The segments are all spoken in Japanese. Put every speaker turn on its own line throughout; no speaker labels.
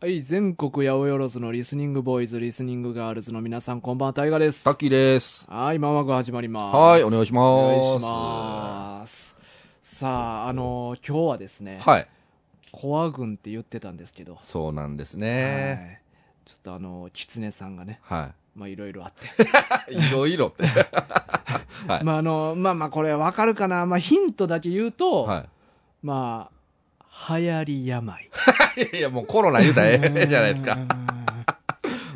はい、全国八百万のリスニングボーイズ、リスニングガールズの皆さん、こんばんは、タイガです。
タッキーです。
はい、まもなく始まります。
はい、お願いし
お
ます。
願いします。さあ、あのー今日はですね、
はい。
コア軍って言ってたんですけど、
そうなんですね。
はいちょっとあのー、キツネさんがね、
は
まあいろいろあって、
い。いろいろって。はい
まああのーまあまあこれわかるかな、まあヒントだけ言うと、
は
まあ、流行り病。
い。いやいや、もうコロナ言うたらええじゃないですか。
か。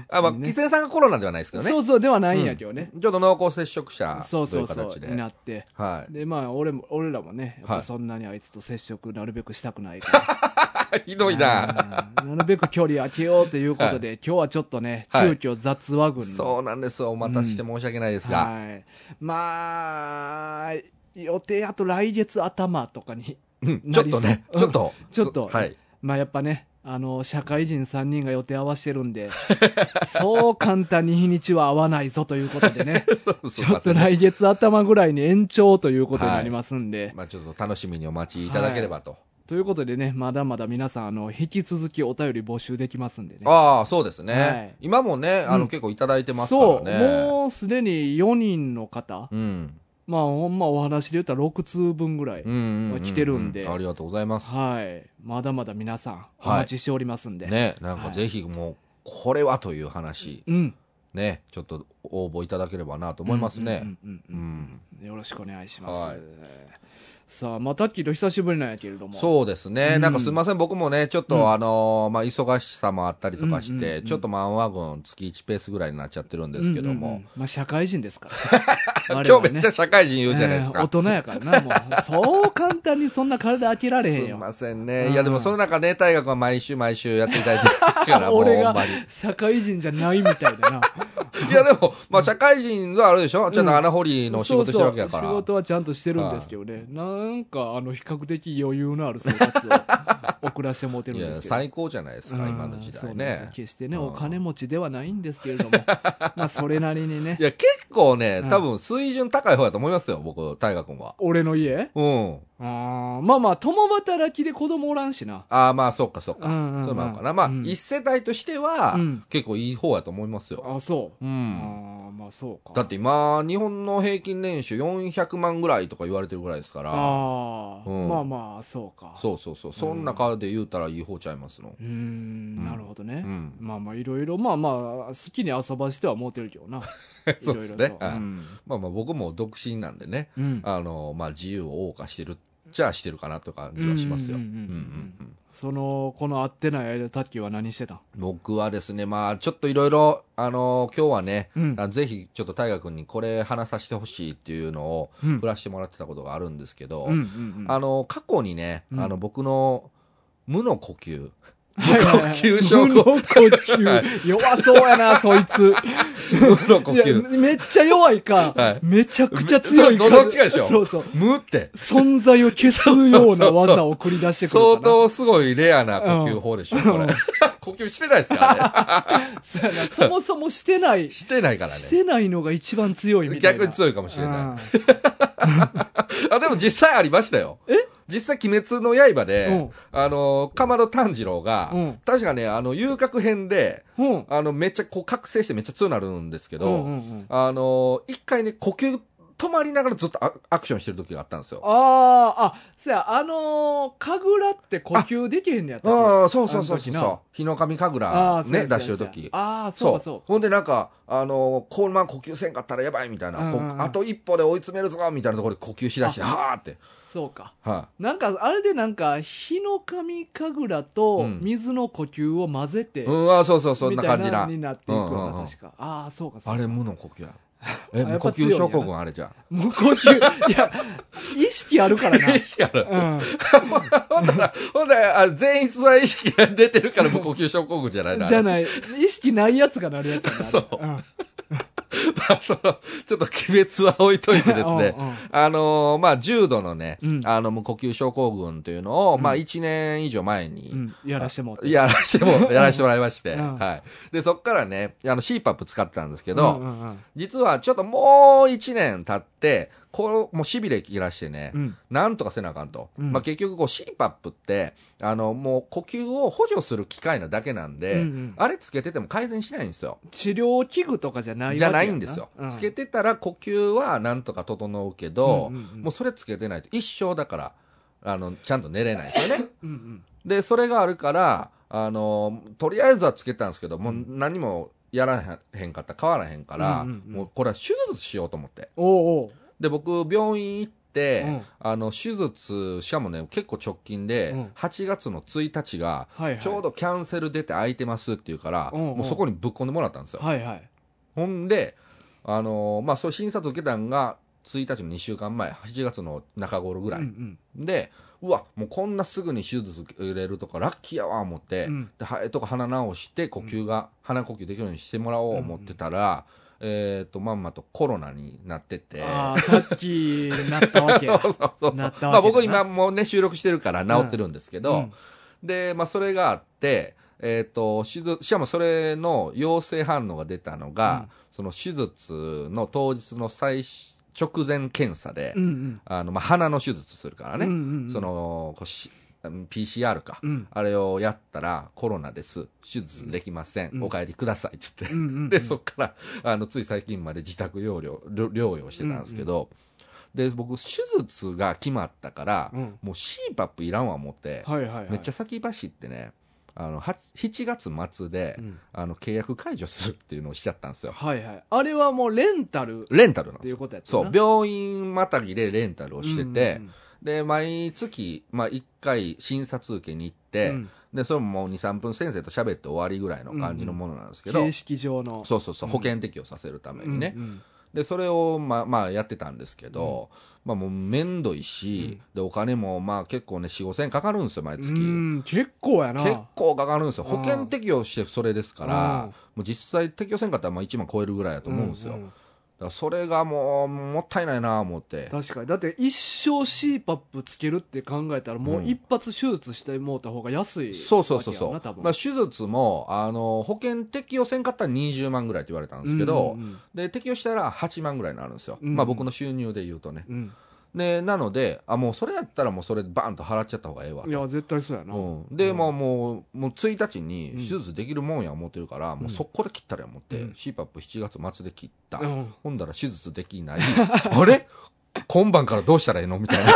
あ、まあ、
ね
キツネさんがコロナではないですけどね。
そううそう、ではないんやけどね。
んちょっと濃厚接触者と
そう
い
そううそう
形で。
になって
はい。
でまあ俺も俺らもねやっ
は
ぱ
い
そんなにあいつと接触なるべくしたくない から、
ひどいな。
うんなるべく距離空けようということで、今日はちょっとね急
はい
遽雑話群の、
そうなんです。お待たせして申し訳ないですが。
はいまあ予定あと来月頭とかに
うんちょっとね、
なり
ち
そう
ょっと。
ちょっと
はい。
まあやっぱねあの社会人3人が予定合わせてる んでそう簡単に日にちは合わないぞということで ねちょっと来月頭ぐらいに延長ということになりますんで、
まあ、ちょっと楽しみにお待ちいただければと。
ということでね、まだまだ皆さん、あの、引き続きお便り募集できますんでね。
ああ、そうです
はい
ね。今もね、あ
う
の、
ん
結構いただいてますか
そ
ら
う、
ね。
もうすでに4人の方、
うん。
まあほんまお話で言ったら6通分ぐらい、
うんうんうんうん
来てるんで
ありがとうございます。
はい、まだまだ皆さんお待ちしておりますんで。
ね、なんかぜひもう、これはという話、
うん。
ね、ちょっと応募いただければなと思いますね。
うんうんう
うんん。
うんよろしくお願いします。
はい
さあ、またっきと久しぶりなんやけれども。
そうですね。
うん
なんかすみません、僕もね、ちょっ
うん
とあのー、まあ、忙しさもあったりとかし
うんうんう
て、
ん
ちょっとマンワゴン月1ペースぐらいになっちゃってるんですけど
うんうんうん
も。
まあ社会人ですから。
今日めっちゃ
ゃ
社会人言うじゃないです
大
か。
人やからな、もう。そう簡単にそんな体開けら
す
れへん
み
よ。
ません
う
ね。
ん
いや、でもその中ね、大学は毎週毎週やっていただいてる から、もう
俺
ほん
が
まに。
社会人じゃないみたいだな。
いや、でも、まあ、社会人はあるでしょちょっと穴掘り の仕事してるわけやか
そう
ら。
そう仕事はちゃんとしてるんですけどね、なんかあの比較的余裕のある生活を 送らせてもらってる
い
んで
や、
すけど。
最高じゃないですか、今の時
うんそうな
代
んです
ね
よ。決してね、
うん
お金持ちではないんですけれ ども、まあそれなりにね
い、や、結構ね
うん、
多分水準高い方だと思いますよ、僕、大河君は。
俺の家
うん。
あーまあまあ、共働きで子供おらんしな。
ああ、まあ、そっかそっか。
う
そ
んうんうん
うなのかな。まあ、
うん
一世帯としては
うん、
結構いい方やと思いますよ。
あそうう。あ
ん。
ーまあそうか。
だって今、日本の平均年収400万ぐらいとか言われてるぐらいですから、
ああ、
うん
まあまあ、そうか。
そうそうそう、そん中で言うたらいい方ちゃいますの。
う。ん、なるほどね。
うん。
まあまあいろいろまあまあ好きに遊ばしては思ってるけどな
そうです
いろ
ね
いろと
はい
うん
まあまあ、僕も独身なんでね、
うん
あの、まあ、自由を謳歌してるっちゃしてるかなという感じはしますよ。
う
うんん
う
うん
う
ん
んうん
うん。
そのこの会ってない間タッキーは何してたん
僕はですね、まあ、ちょっといろいろ、あの今日はね、
うん
あぜひ、ちょっと大河君にこれ話させてほしいっていうのを、
うん
振らしてもらってたことがあるんですけど、
うんうんうん
あの過去にね、
うん
あの、僕の無の呼吸、
はいはいはい
無呼吸症
無の
候
呼吸弱そうやなそいつ
無の呼
いや
吸、
めっちゃ弱いか
はい
めちゃくちゃ強いか
めそうどっちかでしょ
そうそう
無って、
存在を消すような技を繰り出してく
相
るから
当すごいレアな呼吸法でしょ、こ
うん
れ。 呼吸してないです からね。
そうやなそもそもしてない
してないから
し
ね。
てないのが一番強いみたいな
逆に
い
強いかもしれ
うん
ない。あ、でも実際ありましたよ。
え
実際、鬼滅の刃
うん
で、あの、かまど炭治郎が、
うん
確かね、あの、遊郭編で、
うん
あの、めっちゃ、こう、覚醒してめっちゃ強くなるんですけど、
うんうんうん
あの、一回ね、呼吸止まりながらずっとアアクションしてる時があったんですよ。
ああ、あ、そや、あのー、神楽って呼吸できへんのやったっけ
ああ、そうそうそう
あの時
そう
な
そう。日の神神
あー
楽
そうやそ
ね、
うや
出してる時。
ああ、そうかそうか。
ほんでなんか、あのー、コールマン呼吸せんかったらやばいみたいな、こ
う
うん
うんうん
あと一歩で追い詰めるぞみたいなところで呼吸しだして、はーって。
そうか。
は
なんか、あれでなんか、火の神神楽と
うん
水の呼吸を混ぜて、
い。うん、あーそうそう、そん
み
な
たい
感
な
じな。
になっていくわな、
うんうんうん
確か。ああ、そうかそう
あ
か。
れ、無の呼吸や。え、
あ やっ
呼
ぱ強いん
吸
やな
症候群あれじゃ
無呼吸。いや、意識あるから
ん。意識ある。
な。うん。
ほんなら、ほんなら、あ全員その意識が出てるから無呼吸症候群じゃないな。
じゃ
い。
ない。意識ないやつがなるやつやなあれ。
そう
うん。
まあその、ちょっと鬼滅は置いといてですね
うんうん。
あのーまあ、重度のね、
うん
あの、無呼吸症候群というのを、まあ、
うん
1年以上前
う
に、
ん。やらしてもうて。
やらし ても、やらしてもらいまして、
うん
はい。で、そっからね、あの、CPAP 使ってたんですけ
けう
ど、
んうんうん
実はちょっともう1年経っって、こう、もう痺れ切らしてね、
うん。
なんとかせなあかんと。
うん
まあ結局こう CPAP って、あの、もう呼吸を補助する機械なだけなんで、
うんうん
あれつけてても改善しないんですよ。
治療器具とかじゃないわけ
じ
や
ゃないんですよ。
うん
つけてたら呼吸はなんとか整うけど、
うんうんうん
もうそれつけてないと一生だから、あの、ちゃんと寝れないですよ ね。
うんうん
で、それがあるから、あの、とりあえずはつけたんですけど、もう何もやらへんかった、変わらへんから、
うんうんうん
もうこれは手術しようと思って。
おうおう
で、僕、病院行って、
うん
あの、手術、しかもね、結構直近で、
うん
8月の1日が、
はいはい。
ちょうどキャンセル出て空いてますっていうから、
うんうん
もうそこにぶっ込んでもらったんですよ。
はいはい。
ほんで、あのーまあ、そういう診察受けたんが、1日の2週間前、8月の中頃ぐらい。
うん
で、うわ、もうこんなすぐに手術受けれるとか、ラッキーやわ、思って、
うん
で、はえとか鼻直して、呼吸が、鼻呼吸できるようにしてもらおう思ってたら、えっ、と、まんまとコロナになって
う
て
ん。。ああ、さっきなったわけや。
そうそうそう。
なったわけだな
まあ僕今もうね、収録してるから治ってるんですけど、
うん
で、まあ、それがあって、えっ、と、手術、しかもそれの陽性反応が出たの
う
が、
ん
その手術の当日の最し直前検査で、
うんうん。
あの、まあ、鼻の手術するからね、
うんうんうん
その、こうしうん PCR か、
うん
あれをやったらコロナです、手術できません、
うん
お帰りくださいって言って、
うんうんうん
で、そっから、あの、つい最近まで自宅療養、療療養してたんですけど、で、僕、手術が決まったから、
うん
もう CPAP いらんわ思って、
はいはいはい。
めっちゃ先走ってね、あの、は7月末で、
うん
あの、契約解除するっていうのをしちゃったんですよ。
はいはい。あれはもうレンタルっ
レンタルなん
て
で
いう
すよ。
ことやった
そう、病院またぎでレンタルをしてて、
うんうん
で、毎月、まあ、1回診察受けに行って、
うん
で、それももう2、3分先生と喋って終わりぐらいの感じのものなんですけど、
形式上の。
そうそうそう、保険適用させるためにね。
うんうん
で、それを、まあ、まあ、やってたんですけど、まあ、もう、めんどいし、で、お金も、まあ、結構ね、4、5千円かかるんですよ、毎月。
うん、結構やな。
結構かかるんですよ。
うん
保険適用してそれですから
うん、
もう実際適用せんかったらまあ1万超えるぐらいだと思うんですよ。
う
だ
ん
からそれがもう、もったいないなぁ思って。
確かにだって一生 CPAP つけるって考えたらもう一発手術してもうた方が安いわけやな
そうそうそうそう。
多分
まあ、手術も、あの、保険適用せんかったら20万ぐらいって言われたん
う
ですけ
んう
ど、
ん
で、適用したら8万ぐらいになるんですよ。
うん
まあ僕の収入で言うとね。
うん
で、なので、あ、もうそれやったらもうそれバンと払っちゃった方がええわ
いや絶対そうやな、
うん、で、
うん
まあもう、もう1日に
うん
手術できるもんや思ってるから、もうそこで切ったら思って、
うん
CPAP7 月末で切った。
うん
ほんだら手術できない。 あれ今晩からどうしたらええのみた いな。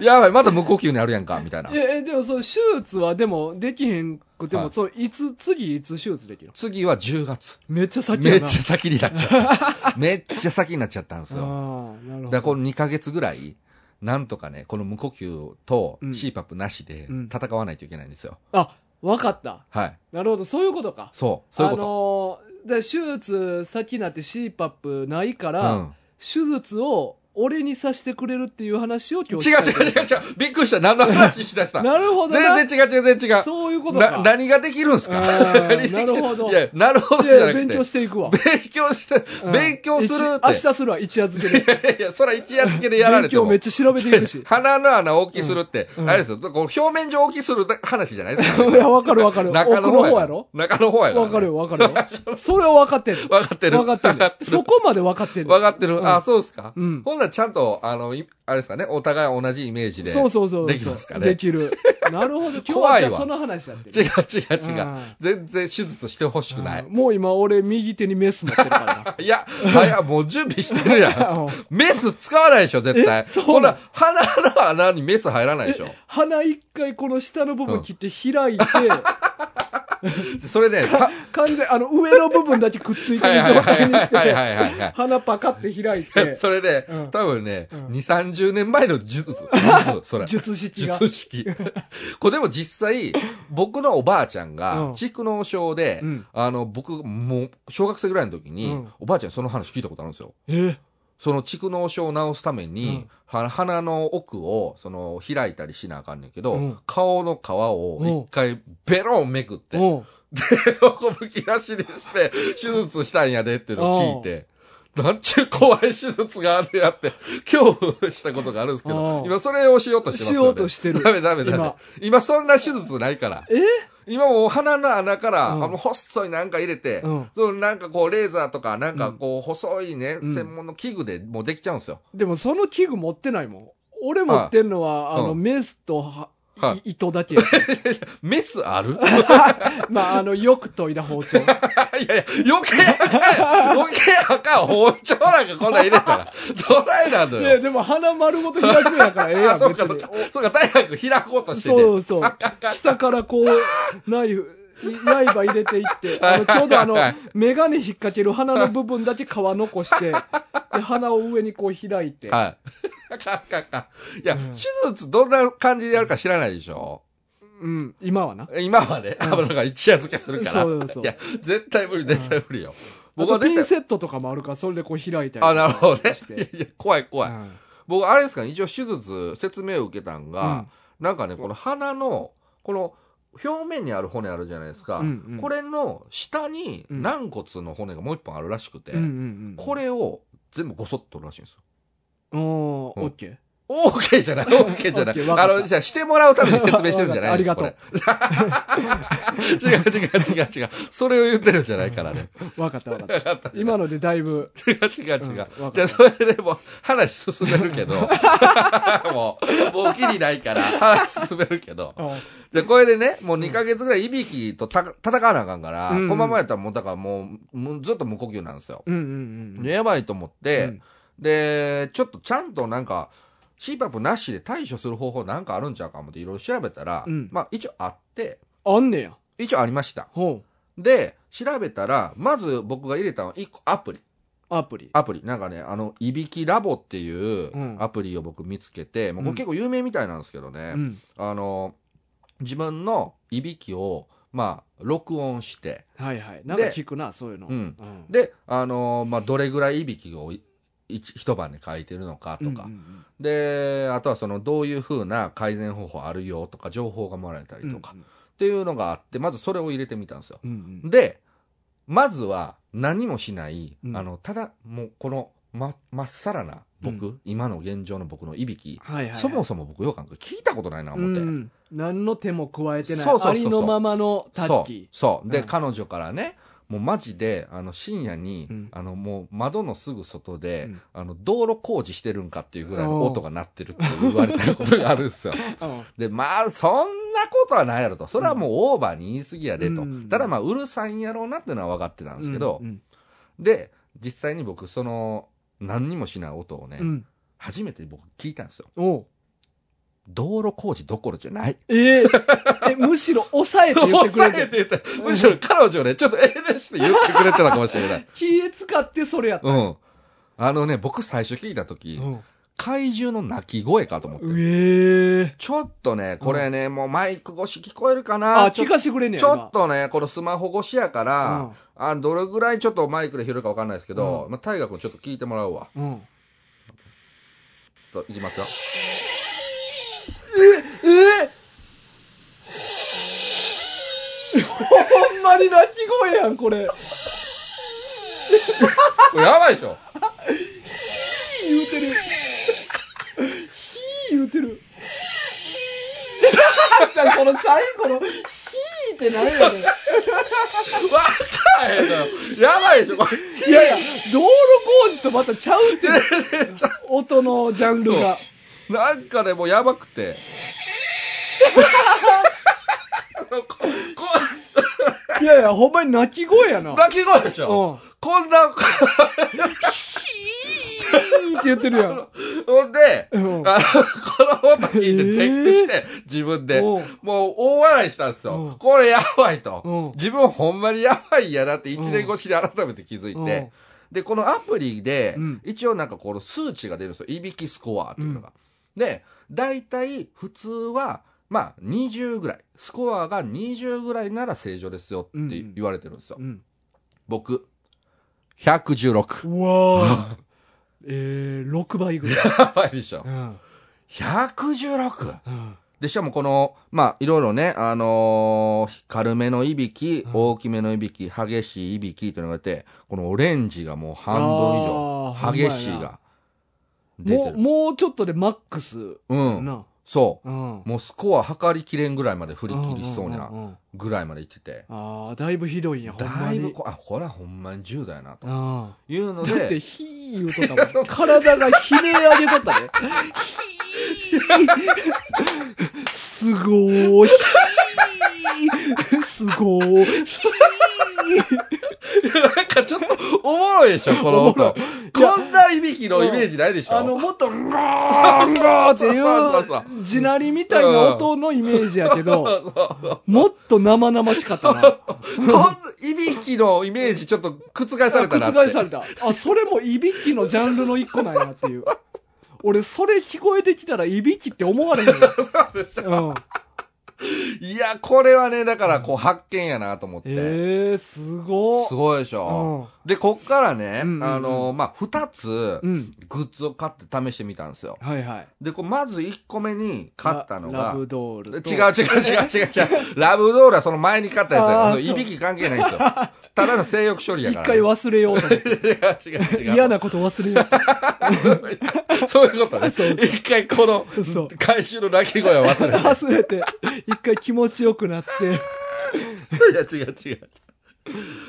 やばい、まだ無呼吸にあるやんか、みたいな
え。えでもその手術はでもできへんくても、
はい
そういつ次いつ手術できるの
次は10月。
めっちゃ先や
め
な
っちゃ先になっちゃ った。めっちゃ先になっちゃったんですよ。
ああなるほ
だ
ど
からこの2ヶ月ぐらい、なんとかね、この無呼吸と
うん
CPAP なしで
うん
戦わないといけないんですよ。
あわかった
はい。
なるほどそういうことか
そう、そういうこと。
あのーで手術先なって CPAP ないから、
うん
手術を俺にさせてくれるっていう話を
違う
今日
違
したいう
違う違う。びっくりした。何の話しだし た。
なるほどな
全然違う全然違う。
そういうことか
な、何ができるんすか
あー
何でき
なるほど
いや、なるほど
い
じ
やい
ゃな
や
くて。
勉強していくわ
勉強して、
うん
勉強するって。
一明日するわ一夜漬けで
いやいや、そら一夜漬けで やられ
勉
ても。
強めっちゃ調べていくし
鼻の穴大きするって、
うんうん
あれですよ、こう表面上大きする話じゃないですか、
いや わかるわかる
中の方
奥の方
や
や
ろ
ろ
中の方やから
わかるよわかる よそれは分かってる
分かってる。
分かってる
分かってる
そ。こまで分かってる
分かってる。あ、そうですか。
うん
ほんならちゃんと、あの、いあれですかね、お互い同じイメージで。
そうそうそう
できますかね
できるなるほど今日
怖
はいじ
わ
ゃあその話やって
違う違う違
うん
う。全然手術してほしくな
う
い
ん。もう今俺右手にメス持ってるから
いや、早もう準備してるや ん。
な
メス使わないでしょ、絶対。
えそう
ほら、鼻の穴にメス入らない でしょ。
鼻一回この下の部分切って開い て、
それ ね、た
完全あの上の部分だけくっついて
はい
る状
はいは
態
い
にして
はいはいはいはい。
鼻パカって開いて
それね、
うん
多分ね、
うん
2、30年前 の術、術、それ。
術式が
術式。これでも実際、僕のおばあちゃん
う
が
ん、
蓄能症で、
うん
あの、僕、もう、小学生ぐらいの時に、
うん
おばあちゃんにその話聞いたことあるんですよ。
え
その蓄能症を治すために、は鼻の奥を、その、開いたりしなあかんねんけど、
うん
顔の皮を一回、ベロンめくって、
おう
横向き出しにして、手術したんやでっていうのを聞いて、なんちゅう怖い手術があるやって、恐怖したことがあるんですけ
うん、
ど 今それをしようとしてますよ、
し
ね。
ようとしてる
ダメダメダメ。今そんな手術ないから。
え
今もう鼻の穴から、
うん
あの、細いなんか入れて、
うん
そのなんかこう、レーザーとか、なんかこう、細いね、
うん
専門の器具でもうできちゃうんですよ。
でもその器具持ってないもん。俺持ってんのは、
は
あ
い
の、
うん
メスとは、
はい
い糸だけや。
メスある
まあ、あの、よく研いだ包丁。
いやいや、余計あかん余計あかん包丁なんかこんなん入れたら、ドライなんだ
いや、
よ。
でも鼻丸ごと開くやからええや
あ、
ん、
そうか、そ
別
う
に
か。そうか、大学開こうとしてて。
そう そう。下からこう、ナイフ、ナイバー入れてい って、あの、ちょうどあの
はい、
メガネ引っ掛ける鼻の部分だけ皮残 して、で、鼻を上にこう開いて。
はい。かかか。いや、
うん
手術どんな感じでやるか知らないでしょ
うん、今はな。
今はね、
うん
あ、だから一夜漬けするから。
そうそう
いや、絶対無理、絶対無理よ。
あ
僕は
とピン
絶対、
セットとかもあるから、それでこう開いたりとか
あ、なるほどね
し。
いや
て。
いや、怖い怖い。
うん
僕、あれですかね、一応手術、説明を受けたんが、なんかね、この鼻の、この、表面にある骨あるじゃないですか。
うんうん
これの下に
うん
軟骨の骨がもう一本あるらしくて、
うんうんうん。
これを全部ごそっと取るらしいんですよ。
おー、オ
うん
ッケー。
オーケ ーじゃない、オーケーじゃな
オッケ
い。
ーわか
あ
った
の、じゃあしてもらうために説明してるんじゃないです
わかっ
これ 違う違う違う違う。それを言ってるんじゃないからね。
わかったわか った。今のでだいぶ、
違う違う違う。
うんわかった
じゃあそれでもう話進めるけ ど、もう、もうきりないから話進めるけど。
あ
じゃあこれでね、もう2ヶ月ぐらいいびきとた戦わなあかんから、
うん
このままやったらもうだからもう、もうずっと無呼吸なんですよ。
うんうんうん。
でやばいと思っ
う
て
ん、
で、ちょっとちゃんとなんか、CPAP なしで対処する方法なんかあるんちゃうか思っていろいろ調べたら、
うん
まあ一応あって、
あんねや。
一応ありました。
ほう。
で、調べたら、まず僕が入れたのは1個アプリ。
アプリ。
アプリ。なんかね、あの、いびきラボっていう
うん
アプリを僕見つけて、もうこ
うん
れ結構有名みたいなんですけどね、
うん。
あの、自分のいびきを、まあ、録音して、
はいはい。なんか聞くな、そういうの。
うん
うん。
で、あの、まあ、どれぐらいいびきをい一一晩で書いてるのかとか、
うんうん
で、あとはその、どういう風な改善方法あるよとか、情報がもらえた
う
り
ん
とか、っていうのがあって、まずそれを入れてみたんですよ。
うんうん
で、まずは何もしない、
うん
あの、ただ、もうこの、ま、まっさらな僕、
う
今の現状の僕のいびき、
はいはいはい。
そもそも僕よく考え聞いたことないな、思って。
うん、何の手も加えてない
そうそうそうそう
ありのままのタッ
そ
キ
う、そう。で、
うん
彼女からね、もうマジで、あの、深夜に、
うん
あの、もう窓のすぐ外で、
うん
あの、道路工事してるんかっていうぐらいの音が鳴ってるって言われたことがあるん ですよ。
ー、うん
で、まあ、そんなことはないやろと。それはもうオーバーに言い過ぎやでと。
うん
ただまあ、うるさいんやろうなっていうのは分かってたんですけど、
うん
で、実際に僕、その、何にもしない音をね、
うん
初めて僕聞いたんですよ。
おう
道路工事どころじゃない。
えー、えむしろ抑えて 言って く
抑
れ
え
て
て言って、むしろ彼女ね、ちょっと遠慮して言ってくれてたかもし れない。
気使ってそれやった、
うん。あのね、僕最初聞いた時、
うん、
怪獣の鳴き声かと思って。
えー、
ちょっとね、これね、もうマイク越し聞こえるか
あ
なちょ
聞かしてくれんねや
ちょっとね、このスマホ越しやから、
今
あどれぐらいちょっとマイクで拾うかわかんないですけど、
う
まあ、大河君ちょっと聞いてもらうわ。
うんうん
ちょっといきま すよ。
えー ほんまに鳴き声やん、これ。
これやばいでしょ
ヒー言うてる。ヒー言うて る。じゃあ、この最後のヒーって何やねん。
わかんへんのよやばいでしょこれ
いやいや、道路工事とまたちゃうって、音のジャンルが。
なんかね、もうやばくて。ここ
いやいや、ほんまに泣き声やな。
鳴き声でし
う
ょ、
ん。
こんな、
ヒーって言ってるやん。
ほんで、
うん。
あのこの音聞いて絶句して、自分で。
おう
もう大笑いしたんです
お
よ
う。
これやばい
おう
と。自分ほんまにやばいんやなって1年越しで改めて気づいて。で、このアプリで
うん、
一応なんかこの数値が出るんですよ。いびきスコアっていうのが。で、大体普通は、まあ20ぐらい。スコアが20ぐらいなら正常ですよって
うん
言われてるんですよ。
うん。
僕、116。
うわーえー、6倍ぐらい。
やばいでしょ
う。ん。
116!
うん。
で、しかもこの、まあ、いろいろね、あのー軽めのいびき、
うん
大きめのいびき、激しいいびきというのがあって、このオレンジがもう半分以上、
あー
激しいが出て
もう、
る。
もうちょっとでマックス。
うん。
な。
そう。
うん。
もうスコア測りきれんぐらいまで振り切りそう
うん
なん
うんうん
ぐらいまでいってて。
ああ、だいぶひどいんや、ほんま
だいぶ
に。
こ、あ、これはほんまに10代やなと。
あ
いうの
あだって、
で、
ひー言うと ったもん。体がひね上げとったで。ひ ーすごーい。ひーすごーい。ひー
なんかちょっとおもろいでしょ、この
おもろ
音。こんないびきのイメージないでしょ。
あの、もっと、んごーんごーって
そうそうそう
いう、地鳴りみたいな音のイメージやけ ど、もっと生々しかったな。
こんいびきのイメージちょっと覆されたなって。
覆された。あ、それもいびきのジャンルの一個なんやっていう。俺、それ聞こえてきたらいびきって思われへんよ。
そうでしょ
うん。
いや、これはね、だからこう発見やなと思って。
ええー、すごっ
すごいでしょ。で、こっからね、
うんうんうん
あの、まあ、二つ
う、ん。うん。
グッズを買って試してみたんですよ。
はいはい。
で、こうまず一個目に買ったの
ラ
が
ラ、ブドー
違う違う
ルと。
違う違う違う。ラブドールはその前に買ったやつやか
あ
ら
ー
その、いびき関係ないんですよ。ただの性欲処理や
一
から、ね。
回忘れようと思って。
違う違う違う。
嫌なこと忘れよう。
そういうことね
そう。
一回この
そう、
回収の泣き声を忘れて。
忘れて、一回気持ちよくなって。
いや、 違う違う。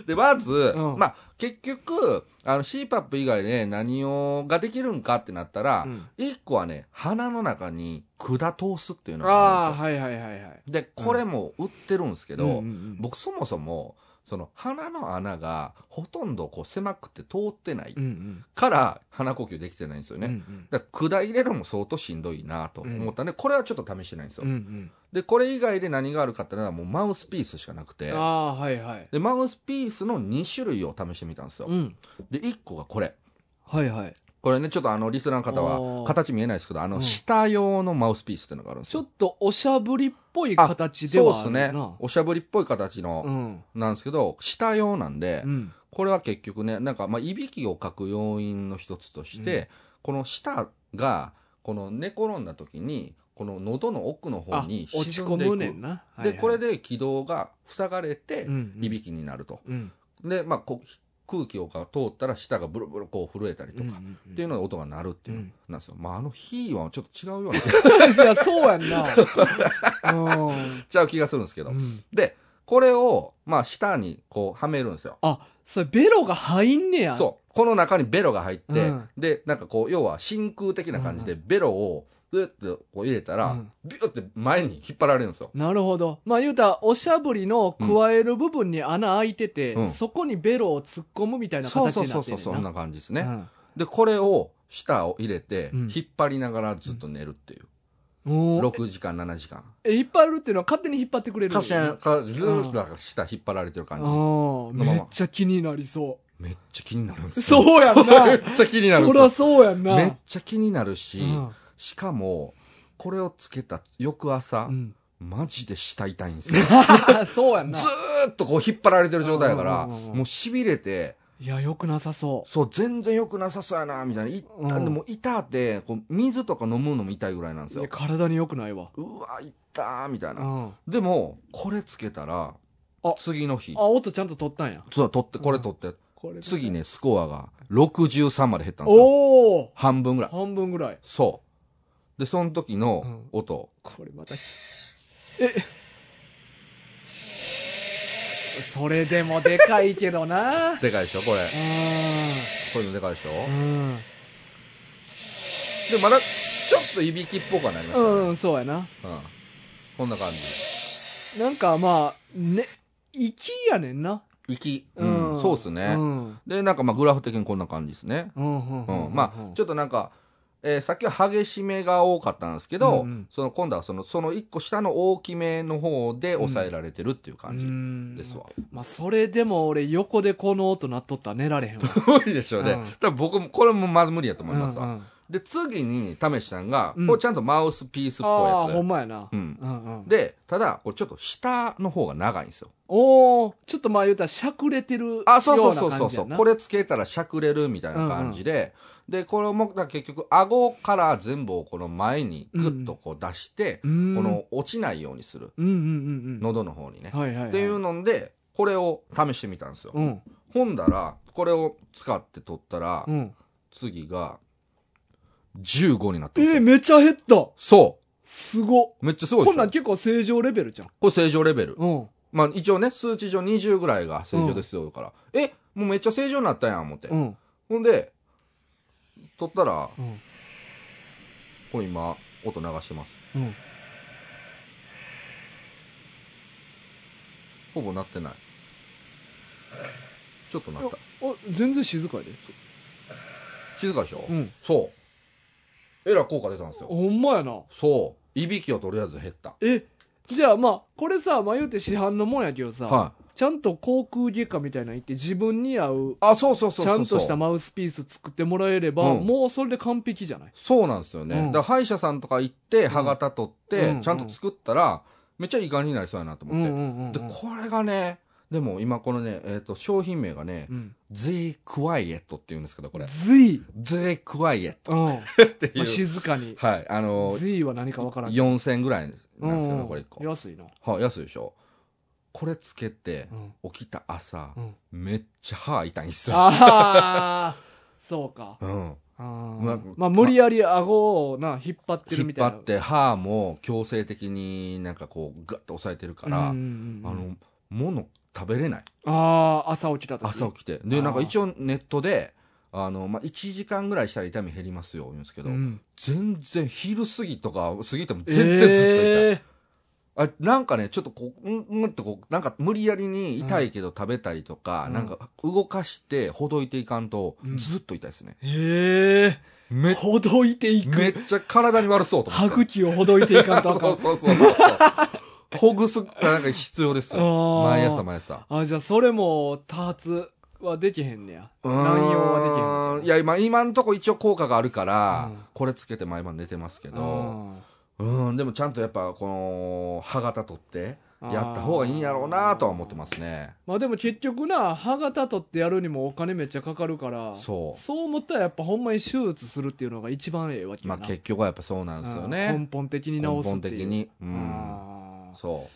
で、まず、
うん
まあ、結局、あの、CPAP 以外で何をができるんかってなったら、
うん
一個はね、鼻の中に管通すっていうのがあ
ああ
る
ー、
んで
はいはいはいはい。
すよ。で、これも売ってるんですけど、
うんうんうん
僕そもそも、その鼻の穴がほとんどこう狭くて通ってない
うんうん。
から鼻呼吸できてないんですよね。
うんうん。
だから管入れるのも相当しんどいなと思ったんで、これはちょっと試してないんですよ。
うんうん。
で、これ以外で何があるかってのはもうマウスピースしかなくて
あ、あ、はいはい。
で、マウスピースの2種類を試してみたんですよ
う。ん。
で、1個がこれ。
はいはい。
これね、ちょっとあの、リスナーの方
お
は
ー
形見えないですけど、あ
う
の、
ん
下用のマウスピースっていうのがあるんです
ちょ
よ。
っとおしゃぶりっぽい形ではあ
そう
る
で
な。
すね。おしゃぶりっぽい形の、
うん。
なんですけど、下用なんで
う、ん。
これは結局ね、なんか、まあ、いびきをかく要因の一つとして、
うん
この舌が、この寝転んだ時に、この喉の奥の方
あ、
に
落ち
沈
込
んでい
む
く。
ねんな。はい
で、
はい
これ、で気道が塞がれて
う、んうん
いびきになると。
うん。
で、まあ、こう空気をが通ったら舌がブルブルこう震えたりとか、
うんうんうん
っていうので音が鳴るっていうの
うん
なんですよ。まあ、あの火はちょっと違うような、
いや、そうやんな。う
ちゃう気がするんですけど。
ん。
で、これを、まあ、舌にこうはめるんですよ。
あ、それベロが入んねや。
そう。この中にベロが入って、
うん
で、なんかこう、要は真空的な感じで、ベロを、ブってこう入れたら、
うん
ビュって前に引っ張られるんですよ。
なるほど。まあ言うたら、おしゃぶりの加える部分に穴開いてて、
うん
そこにベロを突っ込むみたいな
そう
形
そう
にな
そう
って
そ
る
う、そんな感じですね。
ね。
で、これを、舌を入れて、
うん
引っ張りながらずっと寝るっていう。
うんおー
6時間、7時間。
え引っ張るっていうのは勝手に引っ張ってくれるんや
カ
な
シャン、カずーっとなんか舌引っ張られてる
あ
感じ。
ー
のまま
めっちゃ気になりそ
めっちゃ気になるんで
う。
すよ。
そうやんな。
めっちゃ気になるん
そ
です
ら
よ。
そうやんな。
めっちゃ気になるし、
うん
しかも、これをつけた翌朝、
うん。
マジで舌痛いんですよ。
そうやんな
ず。ーっとこう引っ張られてる状態だから、
うんうんうんうん
もう痺れて、
いや、よくなさそ
そう、全然良くなさそうやな、みたいな。いった
うん
でも、痛って、こう、水とか飲むのも痛いぐらいなんです
う。い
よ
や。体によくないわ。
うわ、痛ー、みたいうな。
ん。あ、
でも、これつけたら
あ、
次の日、
音ちゃんと取ったんや。
そう、取って、これ取って、
これ
次ね、スコアが63まで減ったんですよ。
おお
半分ぐらい。
半分ぐらい。
そう。で、その時の音、
これまた。えそれでもでかいけどな。あ
でかいでしょ、これ。こ
ー
ういうのでかいでしょ。
うん
で、まだ、ちょっといびきっぽくはなりましたね。
うん、そうやな。
うんこんな感じ。
なんかまあ、ね、息やねんな。
息。うん、そうっすね。
うん。
で、なんかまあグラフ的にこんな感じですね。
うんうん
う。
うんんうん
まあ、ちょっとなんか、えーさっきは激しめが多かったんですけど、
うんうん
その今度はその、その一個下の大きめの方で抑えられてるっていう感じですわ。
うんまあ、それでも俺、横でこの音鳴っとったら寝られへんわ。
無理でしょう
う
ね
ん。
多分僕も、これもまず無理やと 思いますわ。
うんうん
で、次に試したんが、
うん
これちゃんとマウスピースっ
あ
ぽ
あ、
い
ほ
や
んまやな。
つ。うん。
うんうん
で、ただ、これちょっと下の方が長いんですよ。
おおちょっとまあ言うたらしゃくれてるような
あ、
感じ
そ
や
う
な
そうそうそうそう。こ
れ
れつけたらしゃくれるみたいな感じで、で、これも、だから結局、顎から全部をこの前にグッとこう出して、
こ
こ
の
の落ちないようにする。
うんうんうんうん
喉の方にね。
はいはい、はい、
っていうので、これを試してみたんですよ。
うん
ほんだら、これを使って取ったら
う、ん
次が、15になった
え
んです
ー、
よ。
めっちゃ減った
そ
すご
めっちゃすごいで
こん
し
な
ょ
ん結構正常レベルじゃん。
これ正常レベル。
うん。
まあ一応ね、数値上20ぐらいが正常ですよから、え、もうめっちゃ正常になったやん、思って。
うん。
ほんで、取ったら、
うん。
これ今、音流してます。
うん。
ほぼ鳴ってない。ちょっと鳴った。
あ、全然静かやで。
静かでしょ、
うん。
そう。えらい効果出たんですよ。
ほんまやな。
そう。いびきはとりあえず減った。
え、じゃあまあ、これさ、まあ言うて市販のもんやけどさ、
はい。
ちゃんと航空外科みたいなの行って自分に合う、
あ、そうそうそう
ち
そ
ゃ
うそ
ん
う。
としたマウスピース作ってもらえれば、
うん
もうそれで完璧じゃない
そうなんですよね。
うん
だから歯医者さんとか行って、歯型取って、
うん
ちゃんと作ったら、めっちゃいい感じになりそうやなと思って。で、これがね、でも今このね、えっ、と、商品名がね、
うん。
They Quiet って言うんですけど、これ。
ずい。
They Quiet
うん。ま
ってい う。
あ、静かに。
はい。あの、
ずいは何かわからんけど。
4000ぐらいなんですけ
う
ど、
ん
これ1個。
安いな。
はい、安いでしょ。これつけて
う、ん。
起きた朝
う、ん。
めっちゃ歯痛いんすよ。
ああ、そうか。
うん。
あ
まあ
ーまあ、無理やり顎をな、引っ張ってる
引
み
った
い
張
な。
って、歯も強制的になんかこう、ガッと押さえてるから、
うんうんうん
あの、物食べれない。
あー朝起きた時
朝起きて。
あ
で、
ー
なんか一応ネットで、あの、まあ、1時間ぐらいしたら痛み減りますよ、言うんですけど、
うん
全然昼過ぎとか過ぎても全然ずっと痛い。
え
あなんかね、ちょっとこう、うん、うんってこう、なんか無理やりに痛いけど食べたりとか、
うん
なんか動かしてほどいていかんと
う、ん
ずっと痛いですね。
ーえ
め
ー、ほどいてい
め
く
っちゃ体に悪そうと思
歯
って。
茎をほどいていかんとあかん
そうそうそう そう。ほぐす、なんか必要ですよ。
あー
毎朝毎朝。
あじゃあそれも多発はできへんねや乱用はできへん
いや、今、今んとこ一応効果があるから、
うん
これつけて毎晩寝てますけ
け
ど、うん、でもちゃんとやっぱ、この、歯型取って、やった方がいいんやろうなとは思ってますね。
まあでも結局な歯型取ってやるにもお金めっちゃかかるから
そう
思ったらやっぱほんまに手術するっていうのが一番ええわけや
まあ
な、
結局はやっぱそうなんですよ
うん
ね。
根本的に
根
直すっ
本
て
的
いう
に。うん。
あー
そ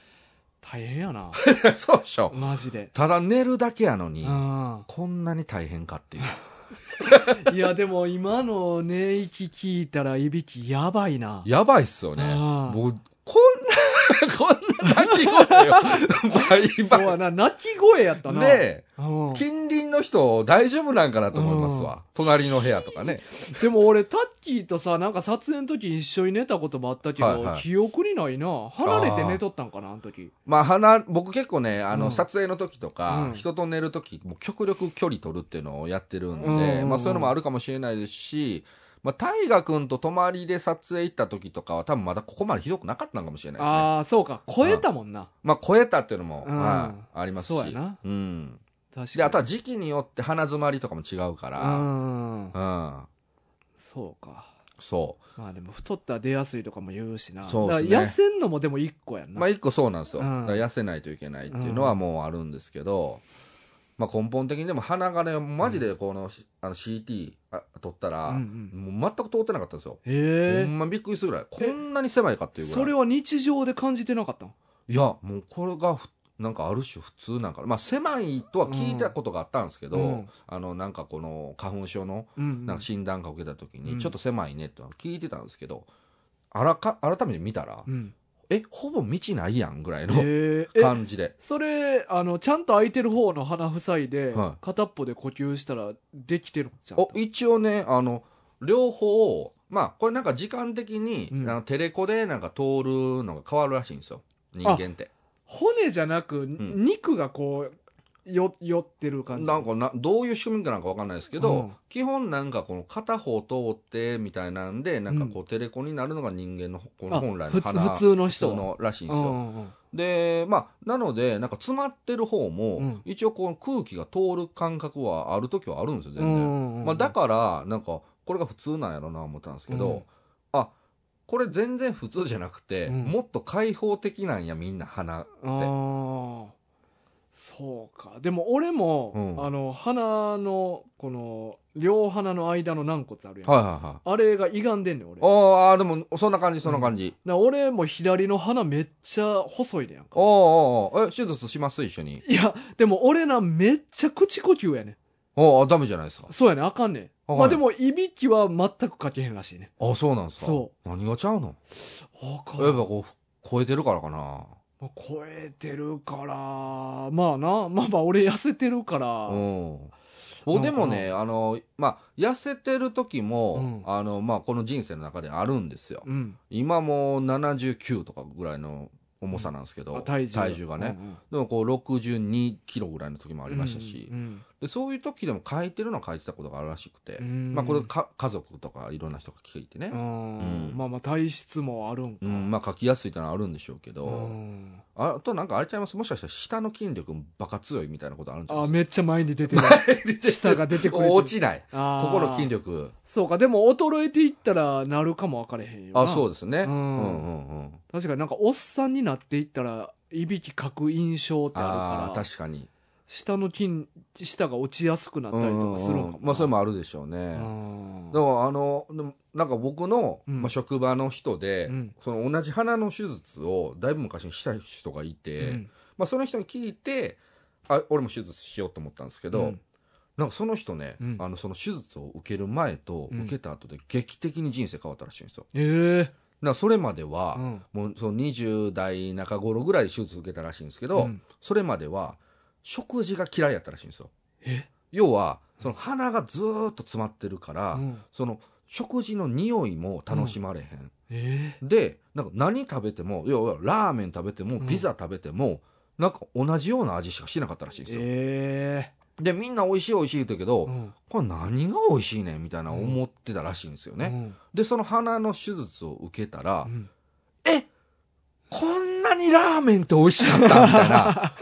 大変やな
う。そうでしょ。
マジで
ただ寝るだけやのに、
うん
こんなに大変かっていう。
いやでも今の寝息聞いたらいびきやばいな。
やばいっすよね。
あー
もう、こんな、 こんな泣き声よ。
そう
毎
や
晩。
な、泣き声やったな。
ねえ。
うん
近隣の人大丈夫なんかなと思いますわ。隣の部屋とかね。
でも俺タッキーとさ、なんか撮影の時一緒に寝たこともあったけど、
はいはい
記憶にないな。離れて寝とったんかな、あの時。
まあ、花、僕結構ね、あ
う
の、
ん
撮影の時とか
う、ん
人と寝る時、もう極力距離取るっていうのをやってる
うんんう
で、
ん
まあそういうのもあるかもしれないですし、まあ、大河君と泊まりで撮影行った時とかは多分まだここまでひどくなかったのかもしれないですね。
ああ、そうか。超えたもんな。
まあ、超えたっていうのも、
うん
はい、ありますし。
そうやな
うん。
確かに。
で、あとは時期によって鼻詰まりとかも違うか
う
ら、
ん。
うん。
そうか。
そ
まあでも太ったら出やすいとかも言うしな。
そうっすね
だから痩せんのもでも一個やん
う。
な。
まあ、一個そうなんですよ。
うん
だから痩せないといけないっていうのはもうあるんですけど、まあ、根本的にでも鼻がね、マジでこの、しあの CT あ取ったら、
うんうん
もう全く通ってなかったんですよ。ほ
へえ
んまびっくりするぐらい。こんなに狭いかっていうぐ
そ
ら
れ
い。
は日常で感じてなかったの
いや、もうこれがふ、なんかある種普通なんかな。まあ、狭いとは聞いたことがあったんですけど、
うん
あの、なんかこの花粉症の、
うんうん
なんか診断が受けた時
うん
にちょっと狭いねってのは聞いてたんですけど、あらか改めて見たら、
うん。
えほぼ道ないやんぐらい
へ
の
ええ、
感じで
それあのちゃんと開いてる方の鼻塞いで、
はい
片っぽで呼吸したらできてるじゃん
お一応ねあの両方をまあこれなんか時間的に、
うん
あのテレコでなんか通るのが変わるらしいんですよ人間って
骨じゃなく、肉がこうよよってる感じ
なんかなどういう仕組みかなんかわかんないですけど、
うん
基本なんかこの片方通ってみたいなんでなんかこうテレコになるのが人間のこの
あ
本来
ふ
の
つ
花
普通の人
普通のらしいん
う
です
ん
よ、
うんうん
で、まあ、なので、なんか詰まってる方も、
うん
一応この空気が通る感覚はある時はあるんですよ、全
う
然。
んうんうん
まあ、だから、なんか、これが普通なんやろな、思ったんですけど、
うん
あ、これ全然普通じゃなくて、
うん
もっと開放的なんや、みんな鼻。
あーそうかでも俺も、
うん
あの鼻のこの両鼻の間の軟骨あるやん、
はいはいはい。
あれが歪んでんねん俺だか
おーあーでも、そんな感じ、そんな感じ。
ら俺も左の鼻めっちゃ細いねやんか
おーおーおーえ、手術します一緒に。
いやでも俺なめっちゃ口呼吸やねん
おーあダメじゃないですか。
そうやねんあかんねんまあでも、いびきは全くかけへんらしいね。
あそうなんですか
そ
何がちゃうの
あか
やっぱこう超えてるからかな
まあ超えてるから、まあな、まあまあ俺痩せてるから、
うん僕でもねあのまあ痩せてる時も、
う
あのまあこの人生の中であるんですよ
うん。
今もう79とかぐらいの重さなんですけど、
あ体重。
がね、
うんうん
でもこう62キロぐらいの時もありましたし、
うん
でそういう時でも書いてるのは書いてたことがあるらしくて、
うん
まあこれか家族とかいろんな人が聞いてね
う、ん
うん
まあまあ体質もあるんか。
うんまあ書きやすいってのはあるんでしょうけど、
うん
あとなんかあれちゃいますもしかしたら下の筋力バカ強いみたいなことあるんじゃない
あ、
ですか
めっちゃ前に出てる。下が出てくれてる
落ちない。
あー
ここの筋力。
そうか、でも衰えていったらなるかも分かれへんよな。
あ、そうです
う
ね。うんんうんうん。
確かになんかおっさんになっていったら、いびきかく印象ってあ
あ
る
あ、
から、
確かに。
下の筋、下が落ちやすくなったりとかするんかも
う
な
んうんうんまあ、それもあるでしょう
う
ね。
ん
でも、あの、でもなんか僕の、
うん
まあ、職場の人で、
うん
その同じ鼻の手術をだいぶ昔にした人がいて、
うん
まあ、その人に聞いて、あ、俺も手術しようと思ったんですけど、
うん
なんかその人ね、
うん
あのその手術を受ける前と
うん
受けた後で劇的に人生変わったらしいんですよ。
ええ
だからそれまでは、
うん
もうその20代中頃ぐらいで手術受けたらしいんですけ
う
ど、
ん
それまでは食事が嫌いやったらしいんですよ
え
要はその鼻がずーっと詰まってるから、
うん
その食事の匂いも楽しまれへん、
え
でなんか何食べても要はラーメン食べても
うん
ピザ食べても、なんか同じような味しかしなかったらしいんですよ、
え
でみんな美味しい美味しいって言うけど、
えうん
これ何が美味しいねんみたいな思ってたらしいんですよね、でその鼻の手術を受けたら、
うん
えこんなにラーメンって美味しかったみたい な。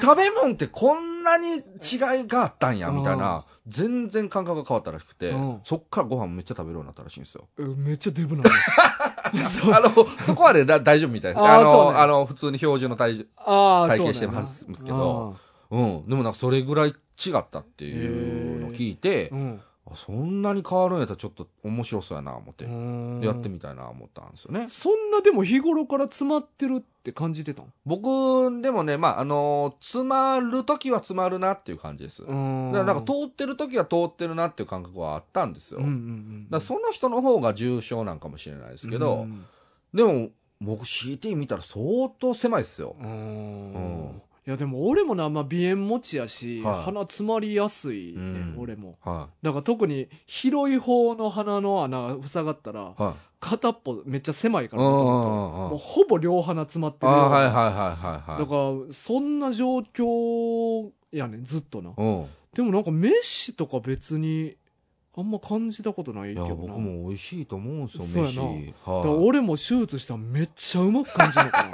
食べ物ってこんなに違いがあったんや、みたいな。全然感覚が変わったらしくて
うん、
そっからご飯めっちゃ食べるようになったらしいんですよ。
えめっちゃデ ブなのそう
あの、そこはね、だ大丈夫みたいです。
あー
あ
そう
の、
ね
あの、普通に標準の体重。
ああ
体
そう
型
なんやな
してますけどうん。でもなんかそれぐらい違ったっていうのを聞いて
あー、うん
あそんなに変わるんやったらちょっと面白そうやな、思って。
うん
やってみたいな、思ったんですよね。
そんなでも日頃から詰まってるって感じてたん
僕、でもね、まあ、あの詰まるときは詰まるなっていう感じです。だか
うん
らなんか通ってるときは通ってるなっていう感覚はあったんですよ。
うんうんう
だか
ん
らその人の方が重症なんかもしれないですけど、
うん
でも、僕 CT 見たら相当狭いですよ。
うん
うん
いやでも俺もな、まあ、鼻炎持ちやし、
はい
鼻詰まりやすい、ね
うん
俺も
は
だから特に広い方の鼻の穴が塞がったら
い。はい。
片っぽめっちゃ狭いか
うん
ら
う
も
ん
と
う
もと
んう。
もうんほぼ両鼻詰まって
あ
るような
はいはいはいはい
だ
は。
からそんな状況やねんずっとない
うん。
でもなんかメッシとか別にあんま感じたことないけ
い
ど
や、
な
僕も美味しいと思うんです
そう
よ、
やな
飯。はい。
だから俺も手術したらめっちゃうまく感じるのかな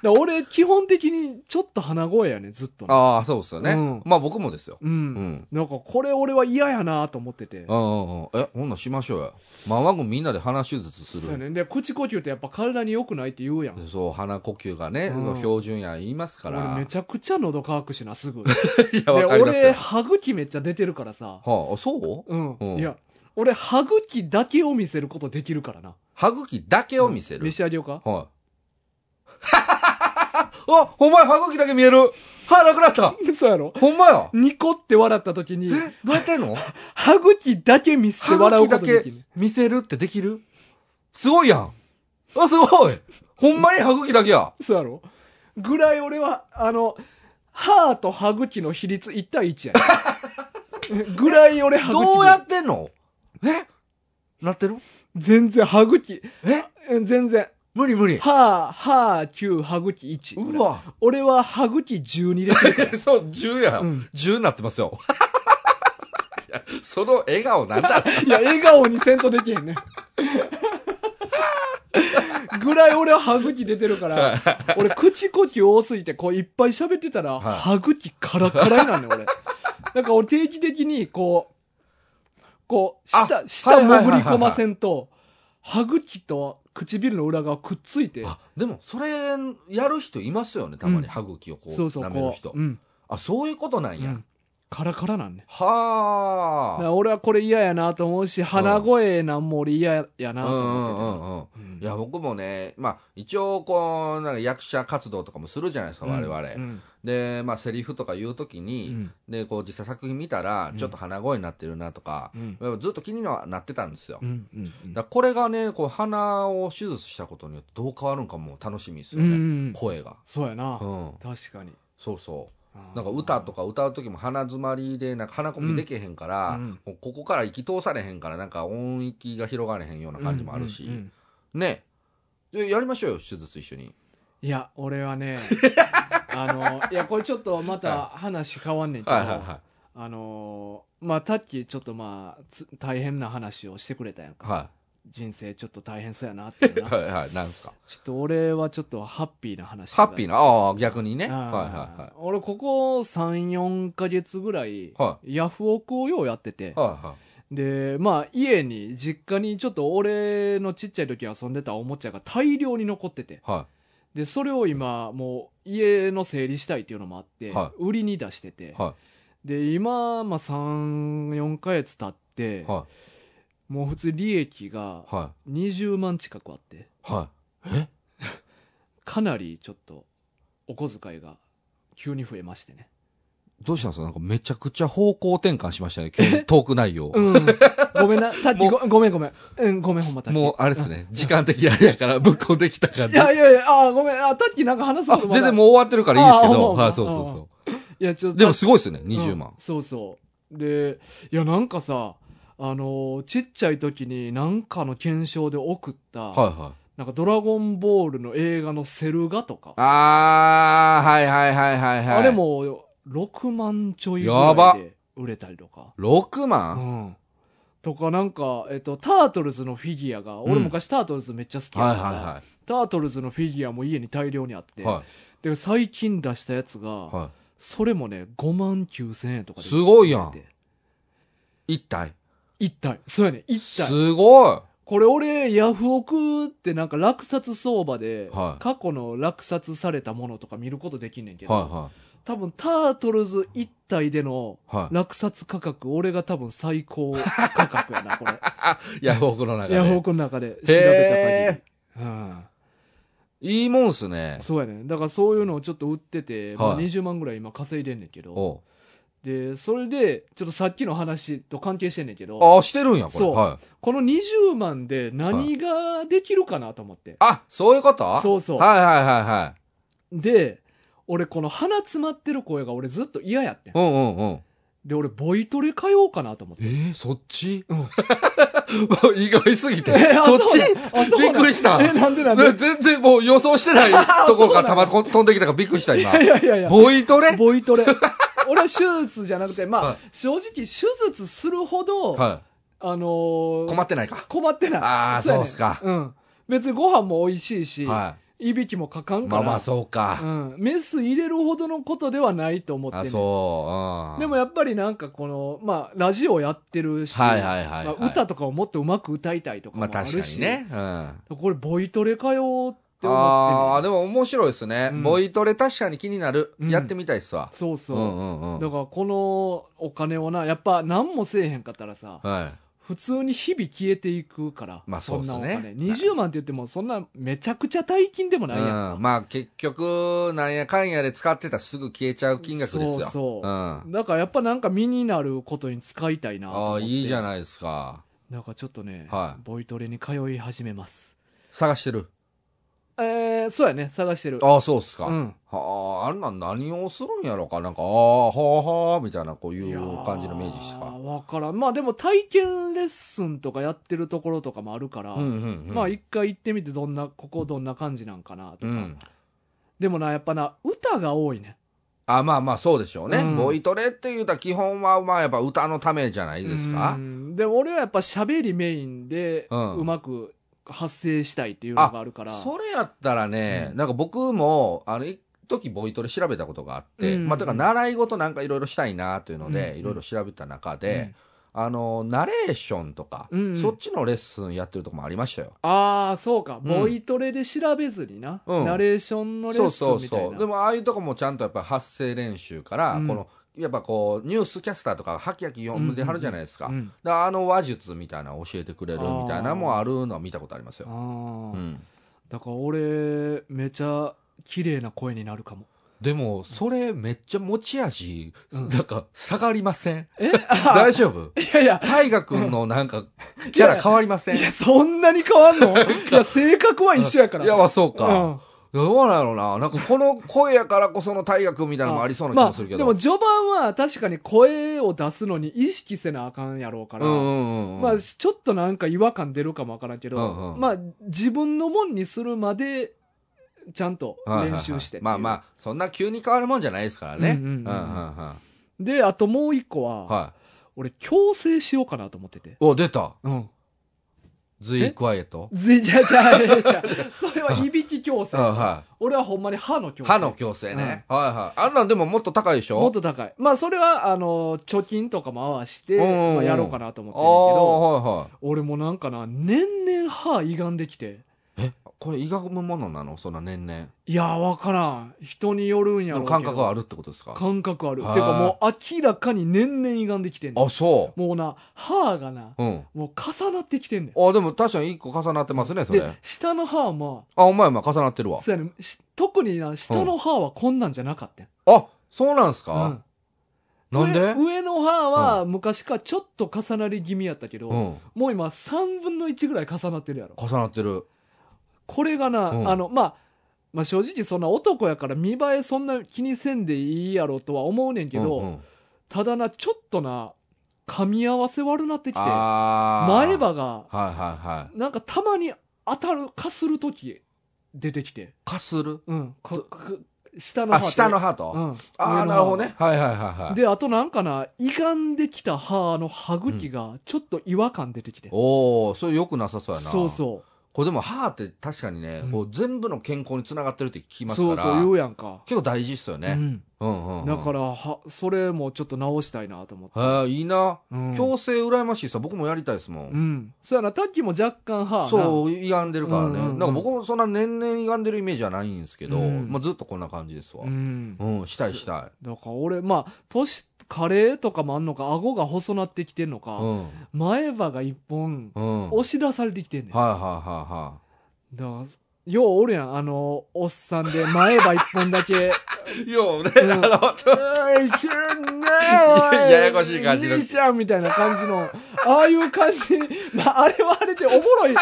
だから俺基本的にちょっと鼻声やねんずっとな
ああ、そうですよね。
うん
まあ僕もですよ。
うん、
うん。
なんかこれ俺は嫌やなと思ってて
うんうんうん。え、ほんなんしましょうよ。ママ軍みんなで鼻手術する。
そうやねんで口呼吸ってやっぱ体に良くないって言うやん
そう、鼻呼吸がね、
うん
標準や言いますから。
俺めちゃくちゃ喉乾くしなすぐで
いや、わかります
俺
よ。
歯茎めっちゃ出てるからさ
はあ、そう
うん、
うん
いや俺歯茎だけを見せることできるからな
歯茎だけを見せる。
見せ上げようか
はい。 あ、ほんまや、歯茎だけ見える。歯なくなった。
そうやろ
ほんまや。
ニコって笑った時に
え、どうやってんの
歯茎だけ見せて
歯
笑うこ
茎だ
とで
け
きる。
見せるってできるすごいやん。あ、すごい。ほんまに歯茎だけや。
そうやろぐらい俺は、あの、歯と歯茎の比率1対1やね ぐらい俺歯茎。
どうやってんのえなってる
全然歯茎。
え
うん全然。
無理無理。
歯、歯9、歯茎1。
う わ。
俺は歯茎12できるから。
そう、10や。
うん
10になってますよ。 いやその笑顔なんだ
いや、笑顔にせんとできへん ねん。ぐらい俺は歯茎出てる から、俺口呼吸多すぎてこういっぱい喋ってたら、
はい
歯茎カラカラになるねん俺。なんか俺定期的にこう、こう、
あ
舌、舌潜り込ませんと、歯茎と唇の裏側くっついて、
あでもそれやる人いますよねたま
うん
に歯茎をこう
そうそう、
舐める
こ
人、
う、うん、
あそういうことなん
う
や、
んカラカラなんね。だか
はあ
ら俺はこれ嫌やなと思うし、鼻声なんも俺嫌やな
う
と
んう
思
んう
ってて。
んうん
うん
いや僕もね、まあ、一応こうなんか役者活動とかもするじゃないですか、我々、
うん
で、まあ、セリフとか言うとき
う
に、
ん
でこう実際作品見たら
うん
ちょっと鼻声になってるなとか、
うん
やっぱずっと気にはなってたんですよ、
うんうんうん
だからこれがねこう鼻を手術したことによってどう変わるんかも楽しみですよ
う
ね、
ん
声が、
そうやな
う。ん、
確かに。
そうそう
あー
なんか歌とか歌う時も鼻詰まりでなんか鼻呼吸できへんから、
うん
もうここから息通されへんからなんか音域が広がれへんような感じもあるし、
うんうんうん
ねでやりましょうよ手術一緒に
いや、俺は ね、あの、いや、これちょっとまた話変わんねんけど、あのーまあ、さっきちょっとまあ、つ大変な話をしてくれたやんか。
は
人生ちょっと大変そうやなっていう
い
な。ち
は
ょ
いはいなんですか
っと俺はちょっとハッピーな話。
ハッピー
ー
なああ逆にねはいはいは
俺ここ3、4ヶ月ぐらい、
は
ヤフオクをようやってて
い、はいはい
で、まあ家に、実家にちょっと俺のちっちゃい時遊んでたおもちゃが大量に残ってて、
は
で、それを今もう家の整理したいっていうのもあって、
は
売りに出してて、
いは
で、今、まあ3、4ヶ月経って、
いは
もう普通利益が
いは
20万近くあって、
いはいえ
かなりちょっとお小遣いが急に増えましてね。
どうしたんですかなんかめちゃくちゃ方向転換しましたね今日 のトーク内容
うん。ごめん な。タッキーごごめんごめん。うん、ごめんほんまタッキー。
もうあれですね時間的あれやからぶっこんできた感
い
じ
やいやいや、あーごめん。あータッキーなんか話すこ
あ
と
全
まだ
然もう終わってるからいいですけ
あほ
ど
んま
はいそうそうそ
いや、ちょっ
う
と。
でもすごいですね20
うん
万
そうそう。で、いや、なんかさ、あのーちっちゃい時になんかの検証で送った、
はいはい
なんかドラゴンボールの映画のセルガとか、あ,、
ああはいはいはいはいはい
れも6万ちょいぐ
や
ら
ば
いで売れたりとか。
6万
うん。とかなんか、えっと、タートルズのフィギュアが、俺
うん
昔タートルズめっちゃ好き
は
や
い
ったから、
は
タートルズのフィギュアも家に大量にあっ
い
て、
は
で、最近出したやつが、
いは
それもね、5万9千円とかで。
すごいやん。い一体
一体。そうやね、一体。
すごい
これ俺、ヤフオクってなんか落札相場で、
はい
過去の落札されたものとか見ることできんねんけど、
は
多分タートルズ一体での
いはいはい
落札価格、俺が多分最高価格やな、 これ。
ヤフオクの中
ヤフオ
で
クの中で調べ
へ
た限り。うん
いいもんっすね
そうやねだからそういうのをちょっと売ってて、まあ、
はい
20万ぐらい今稼いでんねんけど
おう
でそれでちょっとさっきの話と関係してんねんけど
ああしてるんやこれ
そう
はい
この20万で何ができるかなと思って、
あそういうこと
そうそう
はいはいはいはい
で俺この鼻詰まってる声が俺ずっと嫌やってん
うんうんうん。
で俺ボイトレ通おうかなと思って
えー、そっち、
うん
意外すぎて。
えあ
そっ
う
ち
なんあそう
び
な
っ
ん
くりした。
えなんでなんで
な全然もう予想してないところか
そ
らた
うな
まこ飛んできたからびっくりした
い
今。
やいやいやいや
ボイトレ
ボイトレ俺は手術じゃなくてまあ、
はい
正直手術するほど、
は
あの
い。
ー
困ってないか。
困ってない。
あー
やね
そうっすか
うん。別にご飯も美味しいし、、
はい
びきもかか
い。
んか
まあ
ら。
まあそうか。
うん。メス入れるほどのことではないと思って、
あ、
ね、
そう。うん。
でもやっぱりなんかこの、まあ、ラジオやってるし、
はいはいはいはい
まあ歌とかをもっとうまく歌いたいとかも
ま
あ
あ
るし。
確かにね。うん。あ
これ、ボイトレかよって思
あ
っ
ー、
て
で
る。
も面白いですね、
うん
ボイトレ確かに気になる。
うん
やってみたいっすわ。
そうそうう。
んうんう
だ
ん。
からこのお金をな、やっぱ何もせえへんかったらさ、
はい。
普通に日々消えていくから、
まあそうっすね
んなお金20万って言っても、そんなめちゃくちゃ大金でも
う
ないやんか。
ん、まあ結局、なんやかんやで使ってたらすぐ消えちゃう金額ですよ。
そうそう
うん。
だからやっぱなんか身になることに使いたいなと
あ
思っ
あ
て
いいじゃ
い
ないですか
なんかちょっとね、
はい
ボイトレに通い始めます
探してる
えー、そうやね探してる
ああそうっすか、
うん
はああんなん何をするんやろかなんかああはあはあみたいなこうい
いうやー
感じのイメージしか
わからんまあでも体験レッスンとかやってるところとかもあるから、
うんうんうん
まあ一回行ってみてどんなここどんな感じなんかなと
う
か、
ん
でもなやっぱな歌が多いね
あまあまあそうでしょうね、
うん
ボイトレって言うたら基本はまあやっぱ歌のためじゃないですか、
うんでも俺はやっぱ喋りメインで
うん
うまく発声したいっていうのがあるから、
それやったらね、
うん
なんか僕もあの一時ボイトレ調べたことがあって、
うん
まあだから習い事なんかいろいろしたいなというので
うん
いろいろ調べた中で、あのナレーションとか、
うんうん
そっちのレッスンやってるとこもありましたよ
ああそうか、
うん
ボイトレで調べずにな、
うん
ナレーションのレ
そ
ッ
う
ス
そ
ン
う
みたいな
そうでもああいうとこもちゃんとやっぱ発声練習から、
うん
このやっぱこうニュースキャスターとかハキハキ読んではるじゃないですか,、
うん
だからあの話術みたいなの教えてくれるみたいなのもあるのは見たことあります
あ
よ、う
ー
ん、
だから俺めちゃ綺麗な声になる かも
でもそれめっちゃ持ち味、
うん
なんか下がりません
え
大丈夫
いやいや
大河君のなんかキャラ変わりません
いやそんなに変わん のいや性格は一緒やから
いやまあそうか、
うん
どうなのななんかこの声やからこその大河君みたいなのもありそうな気もするけど。
まあ、でも序盤は確かに声を出すのに意識せなあかんやろうから、
うんうんうん。
まあ、ちょっとなんか違和感出るかもわからんけど、
うんうん
まあ自分のもんにするまでちゃんと練習してっていう
はいはいはいまあまあ、そんな急に変わるもんじゃないですからね。
うんうんうん
うんは
であともう一個は、
い。はい。
俺強制しようかなと思ってて。
お、出た。
うん。
ズイクワイエット。
ぜじゃじゃじゃじゃそれはいびき矯
う
正
ん。は
俺はほんまに歯の矯
い。
正。
歯の矯正ね。はいはい。あんなんでももっと高いでしょ
もっと高い。まあそれは、あの、貯金とかも合わして、
うんうんうん
まあ、やろうかなと思って
あ
るけど、
あ、はいはい。
俺もなんかな、年々歯歪んできて。
これ医学部ものなのそんな年々。
いや、わからん。人によるんやろうけど。
感覚はあるってことですか
感覚ある。
へー
てかもう明らかに年々歪んできてんねん
あ、そ
もうな、歯がな、
う。うん。
もう重なってきてんね
あ、でも確かに一個重なってますね、
ん。
それ。
で
あ、、
下の歯はま
お前お前重なってる
あ、
わ。
そうやねんし特にな、下の歯はこんなんじゃなかったん。
あ、そうなんす
う
か
ん
なんで
上上の歯は昔からちょっと重なり気味やったけど、
うん。
もう今3分の1ぐらい重なってるやろ。
重なってる。
これがな、
うん
あの、まあ、まあ正直そんな男やから見栄えそんな気にせんでいいやろとは思うねんけど、
うんうん
ただな、ちょっとな、噛み合わせ悪なってきて、前
あー
歯が、
はいはいはい。
なんかたまに当たる、かするとき出てきて、
かする
うん、こく下の歯
あ、
で。
下の歯と。
うん、
あ
上の
あ、
歯
なるほどね。はいはいはいはい。
で、あとなんかな、歪んできた歯の歯茎がちょっと違和感出てきて。
おお、それよくなさそうやな。
そうそう。
これでも歯って確かにね、
うん
こう全部の健康につながってるって聞きます
そ
から。
うそう、言うやんか。
結構大事っすよね。うん、うん、
う
う。
んん、だからは、それもちょっと直したいなと思って。
ら。いいな。
うん、
矯正羨ましいさ。僕もやりたいですも。
うんん。そうやな、タッキーも若干歯な
そう、歪んでるからね。
うんうんうん
なんか僕もそんな年々歪んでるイメージはないんですけど、
うん
まあずっとこんな感じですわ
う。ん。
うん、したいした
だから俺、まあ、年、加齢とかもあんのか、顎が細なってきてんの
い。
か、
うん。
前歯が一本、
うん。はい
押し出されてきてんねん。
はいはいはい。
だから、ようおるやん、あの、おっさんで前歯一本だけ、
ようね、
ん
あの、ちょっと、
おいしゅんねおい
ややこしい感じの
兄ちゃんみたいな感じの、ああいう感じに、まあ、あれはあれでおもろい、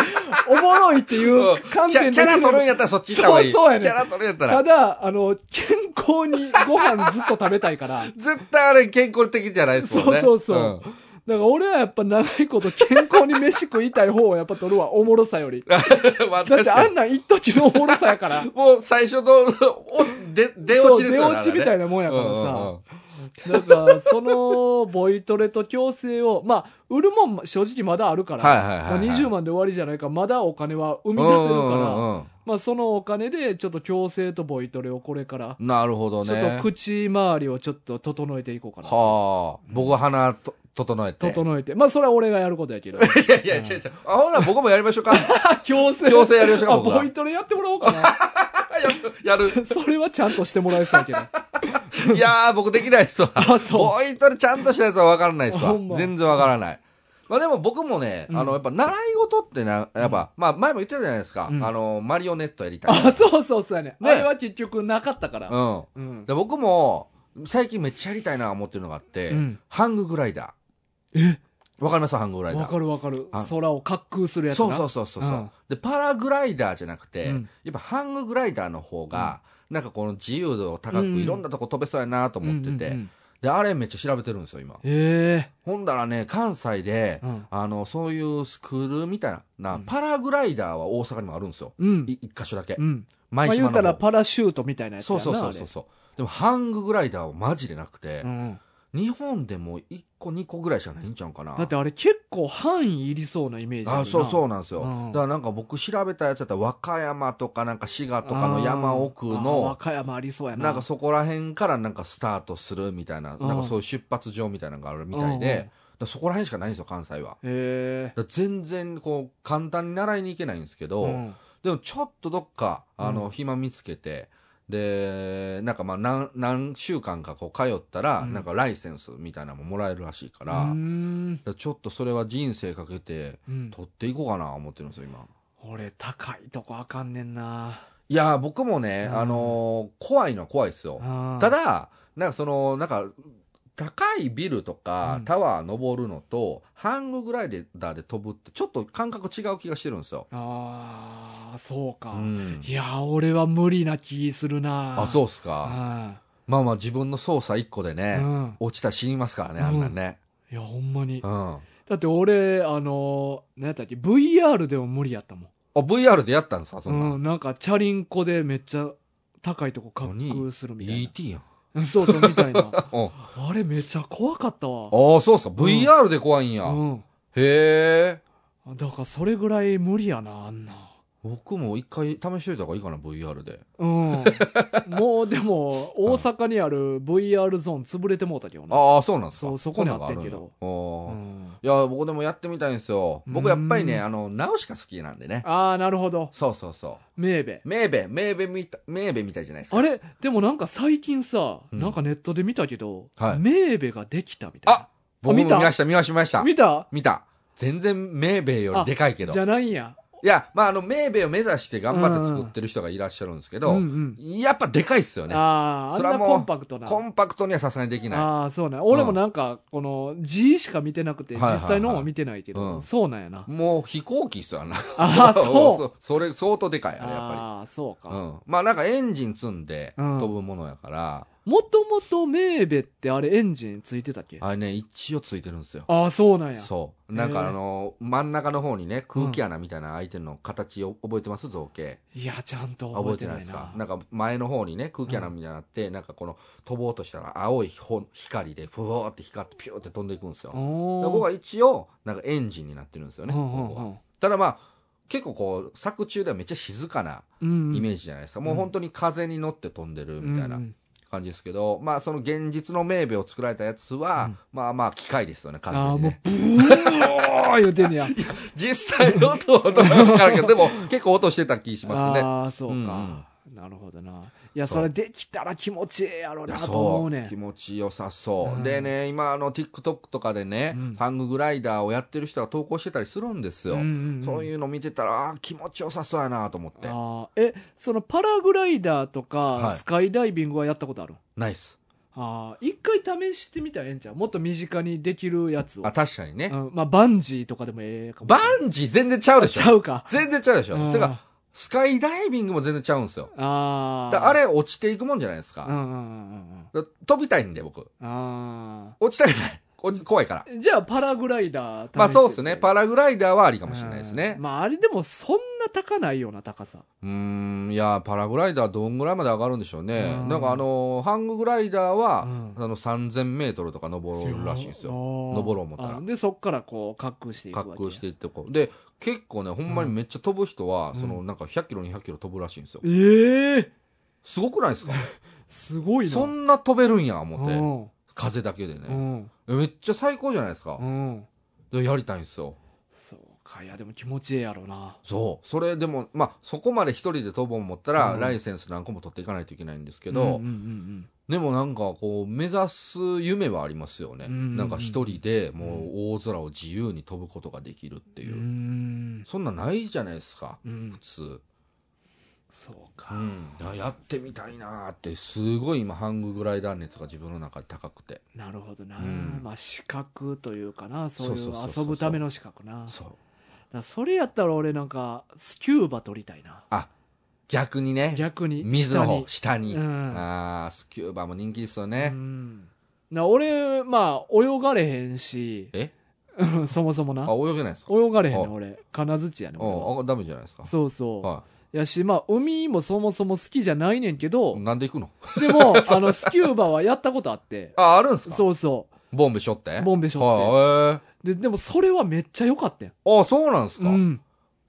おもろいっていう観
キャ
点
キャラ取るん
や
やったらそっち行った方がいい。
そうそうやねん
キャラ取るんやったら
た。だ、あの、健康にご飯ずっと食べたいから、
絶対あれ健康的じゃないですもんね。
そうそうそうだから俺はやっぱ長いこと健康に飯食いたい方をやっぱ取るわ、おもろさより。
うん。 まあ
だっ
確
てあ
か
んなん一時のおもろさやから。
に。もう最初の、おで 出落ちですよ
そう
ね。
出落ちみた
い
いなもんや
な
からさ。
さ。
なんか、その、ボイトレと矯正を、まあ、売るもん、正直まだあるから、
はいはいはいはい
まあ20万で終わりじゃないから、まだお金は生み
う
出
ん
せる
う
から、
んうんうん
まあ、そのお金で、ちょっと矯正とボイトレをこれから、
なるほど
ちょっ
ね
と。口周りをちょっと整えていこうかな。
はあ。僕は鼻と整えて。
整えて。まあ、それは俺がやることやけど。
いやいや、違う違う。あ、ほんなら僕もやりましょうか。
矯正
強制やりましょうか、
あ、
僕
ボ
は
イ。トレやってもらおうか な。
やる。
それはちゃんとしてもらえそうや けど。
いやー、僕できないっすわ。
あ、そ
ボイトレちゃんとしたやつは分からないです
あ
わ
ほん。ま
全然分からない。まあでも僕もね、
うん
あの、やっぱ習い事ってな、やっぱ、まあ前も言ってたじゃないですか。
うん
あの、マリオネットやり
う。
たい。
あ、そうそうそうやね。
ね
あれは結局なかったから。
うん。
うん。
で僕も、最近めっちゃやりたいな思ってるのがあって、
うん
ハンググライダ
え
ー。わかりますハンググライ
わ
ダ
かるわかる
あ。
空を滑空する
ー。
やつ
そ
な。
うそうそうそう。う
うん
で、パラグライダーじゃなくて、
うん
やっぱハンググライダーの方が、なんかこの自由度高く
うんうん
いろんなとこ飛べそうやなと思ってて、
うんうんうん
で、あれめっちゃ調べてるんですよ、今。
へ
ほんだらね、関西で
え、うん。
あの、そういうスクールみたいな、
うん
パラグライダーは大阪にもあるんですよ。
うん
い。一箇所だけ
う。ん。まあ
舞
言
島
うた
の
ら
方。
パラシュートみたいなやつや
そ
ん
う
な。
そうそうそうそう。でも、ハンググライダーはマジでなくて
あれう、ん。
日本でも1個2個ぐらいしかないんちゃうかな。
だってあれ結構範囲いりそうなイメージ。
あそうそううなんですよ。
うん
だからなんか僕調べたやつだったら和歌山とかなんか滋賀とかの山奥
あー和
の、
歌山ありそうやな。
なんかそこら辺からなんかスタートするみたいな、
うん
なんかそういう出発場みたいなのがあるみたいで、だからそこら辺しかないんですよ、関西は。
うんうん。へえ。
だから全然こう簡単に習いに行けないんですけど、
うん
でもちょっとどっか、あの、
うん
暇見つけて、で、なんかまあ何、何週間かこう通ったら、
うん
なんかライセンスみたいなのももらえるらしいか
う
ら、
ー
だか
ん
らちょっとそれは人生かけて、
うん
取っていこうかな思ってるんですよ、今。
俺高いとこあかんねんない
やー、僕もね、
うん
あのー怖いのは怖いですよ。
た
ただ、なんかその、なんか、高いビルと
う
か
ん
タワー登るのと、ハンググライダーで飛ぶって、ちょっと感覚違う気がしてるんですよ。
ああそうか、
うん
いや俺は無理な気するな
あ、そううっすか。
か
まあまあ自分の操作一個で
う
ね、
ん
落ちたら死にますからね、あんなんね。
いやほんまに
うん。あ、
だって俺あの何やったっけ VR でも無理やったもん
VR でやったんですか、そんな。
うんん、なんかチャリンコでめっちゃ高いとこ滑空するみたい
ET やん。
な そうそうみたいな
うん
あれめっちゃ怖かったわ
ああ、そうっすか。VR で怖いんや。
うん
へえ。
だからそれぐらい無理やなあんな
僕も一回試しといた方がいいかな、VR で。
うん もうでも大阪にある VR ゾーン潰れてもうたけどな
ああ、そうなんですか。
そうそこにあってんけど
そんなの
う
があるんや。あー
ん
いや、僕でもやってみたいんですよ。僕やっぱり
う
ね、
ん
あの、ナウシカ好きなんでね。
ああなるほど
そうそうそ
メーベ
う。メーベ、メーベみたい、メーベみたいじゃないですか。
あれでもなんか最近さ、
うん
なんかネットで見たけど、
はい
メーベができたみたい
僕も
見
見
た
ました、見ました、見まし
な
た。
見た
見た。全然メーベよりでかいけど。
じゃないんや
いや、まあ、あの、メーベを目指して頑張って作ってる人がいらっしゃるんですけど、
うんうん
やっぱでかいっすよね。
あああん
それ
な
はもう
コンパクトな
コンパクトにはさすがにできない。
ああそうなんや俺もなんかこの字しか見てなくて
は
実
いはいはい
際の方は見てないけど、
うん
そうなんやな
もう飛行機っすよ、あんな。
ああそう
そそれ、相当でかい、あれ、やっぱ
ああそう
り。う
か
ん。まあ、なんかエンジン積んで
うん
飛ぶものやから、
もともとメーベってあれエンジンついてたっけあ
あれね、一応ついてるんですよ。
あそうなんや
そう。なん
へえ
かあの、真ん中の方にね、空気穴みたいな開いてるの形を覚えてます造形。
いやちゃんと
あ
覚
覚
えて
えて
な
ない
な
いですか。なんか前の方にね、空気穴みたいなのあって、なんかこの飛ぼうとしたら青いほ光で、ふわーって光ってピューって飛んでいくんですよ。でこ
お
こ
ー
が一応、なんかエンジンになってるんですよね。
う
こ
んうん
こがただまあ、結構こう、作中ではめっちゃ静かな
うんうん
イメージじゃないですか。もう本当に風に乗って飛んでるみたいな
うんうん
感じですけど、まあその現実の名ーを作られたやつは、
うん
まあまあ機械ですよね、完
ああ
全に
もう
ね。
ブー言うてんねや
実際の音はどうかけど、でも結構音してた気 しますね。
ああそう
うん
か、なるほどないや
そ
そうれできたら気持ちええやろう
い
な
や
と思
そう
ね
う気持ちよさそう、
うん
でね今あの TikTok とかでね、
うん
ハンググライダーをやってる人が投稿してたりするんですよ、
うんうんうん
そういうの見てたらあー気持ちよさそうやなと思って
あーえそのパラグライダーとか
はい
スカイダイビングはやったことある、
ナイス
ああ一回試してみたらええんちゃうもっと身近にできるやつを
あ確かにね、
うんまあ、バンジーとかでもええかも
バ
しれない
ンジー全然ちゃうでし
ちゃ
ょ
うか
全然ちゃうでしょ、
うん
てかスカイダイビングも全然ちゃうんですよ
あ
だ
あ
あれ落ちていくもんじゃないです
うん
か,
うんうんうん
だ、飛びたいんで僕
うんあ
落ちたくない落ち怖いから
あじゃあパラグライダー試して
まあそうですね
ラ
パラグライダーはありかもしれないですね
まああれでもそんな高ないような高さ
うーん、いやー、パラグライダーどんぐらいまで上がるんでしょうね。
うん
なんかあのーハンググライダーは、
う
あの、3000メートルとか登るらしいんですよ。
よ
登ろう思ったら
でそっからこう滑空していくわけ
滑空していってこう。で、結構ね、ほんまにめっちゃ飛ぶ人は、その、なんか100キロ、200キロ飛ぶらしいんですよ。
ええ
すごくないですか
すごいな
そんな飛べるんや、思って。
思
風だけで
う
ね。
んうん
めっちゃ最高じゃないですか
う。ん
でやりたいんですよ。
そうかいやでも気持ちええやろうな
そう。それでも、まあ、そこまで一人で飛ぼう思ったら、
うん
ライセンス何個も取っていかないといけないんですけ
け
ど、
うんうん
でもなんかこう目指す夢はありますよね、
うんうんうん
なんか一人でもう大空を自由に飛ぶことができるって
う
いう、
ん
そんなんないじゃないですか
うんうん
普通、
そう
う
か、
ん、だからやってみたいなーってすごい今ハンググライダー熱が自分の中で高くて
なるほどな、
うん
まあ資格というかなそうい
そううそうそうそ
遊
う
ぶための資格なだか
そう
らそれやったら俺なんかスキューバ取りたいな
あ逆にね
逆に
水の方下に
下にうん
あースキューバも人気ですよ
う
ね、
んな俺まあ泳がれへんし
え
うんそもそもな
あ泳げないですか
泳がれへんね
あ
ん俺金槌やねん俺は
うんあダメじゃないですか
そうそう、
は
やしまあ海もそもそも好きじゃないねんけど
い、なんで行くの
でもあのスキューバはやったことあって
ああるんですか
そうそ
ボンベしょって
ボンベ背負って
は
うででもそれはめっちゃ良かったよ、
い、へーあそうなんです
う
か、
ん、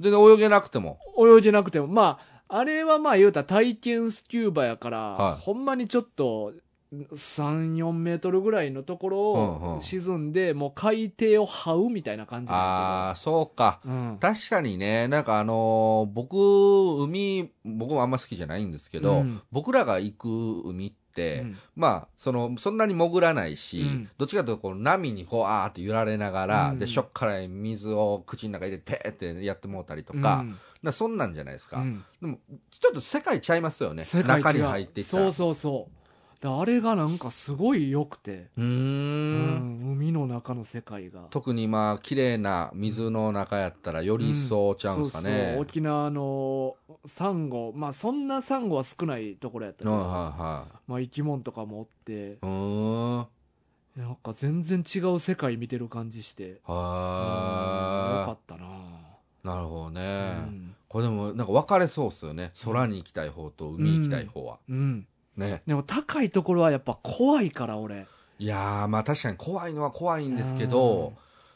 全然泳げなくても。
泳いでなくてもまああれはまあ言うたら体験スキューバやから、
はい
ほんまにちょっと34メートルぐらいのところ
うんう
を
ん
沈んで、もう海底を這うみたいな感じに
あ
な
あ、そう
っ
か。
てるうん
確かにね、なんかあのー僕、海、僕もあんま好きじゃないんですけど、
うん
僕らが行く海って、
うん
まあ、その、そんなに潜らないし、
うん
どっちかというと、こう、波にこう、あーって揺られながら、
うん
で、ショックから水を口の中入れて、ペーってやってもうたりとか、
うん
なそんなんじゃないですか、
うん
でも、ちょっと世界ちゃいますよね。
世界違う
中に入っていったら。
そうそうそうだあれがなんかすごい良くて、
うー。
うんん海の中の世界が
特にまあ、綺麗な水の中やったら、より一層ちゃうんですか
そう
ね。
そう沖縄のサンゴまあそんなサンゴは少ないところやったけど、
はいはいはい。
まあ、生き物とかもおって
うーん。
なんか全然違う世界見てる感じしてうんよか
は
ったな、
あ。なるほどね。
うん
これでも、なんか分かれそうっすよね。空に行きたい方と海行きたい方は。
うん、
ね。
でも高いところはやっぱ怖いから俺
いやー、まあ確かに怖いのは怖い
い
んですけど、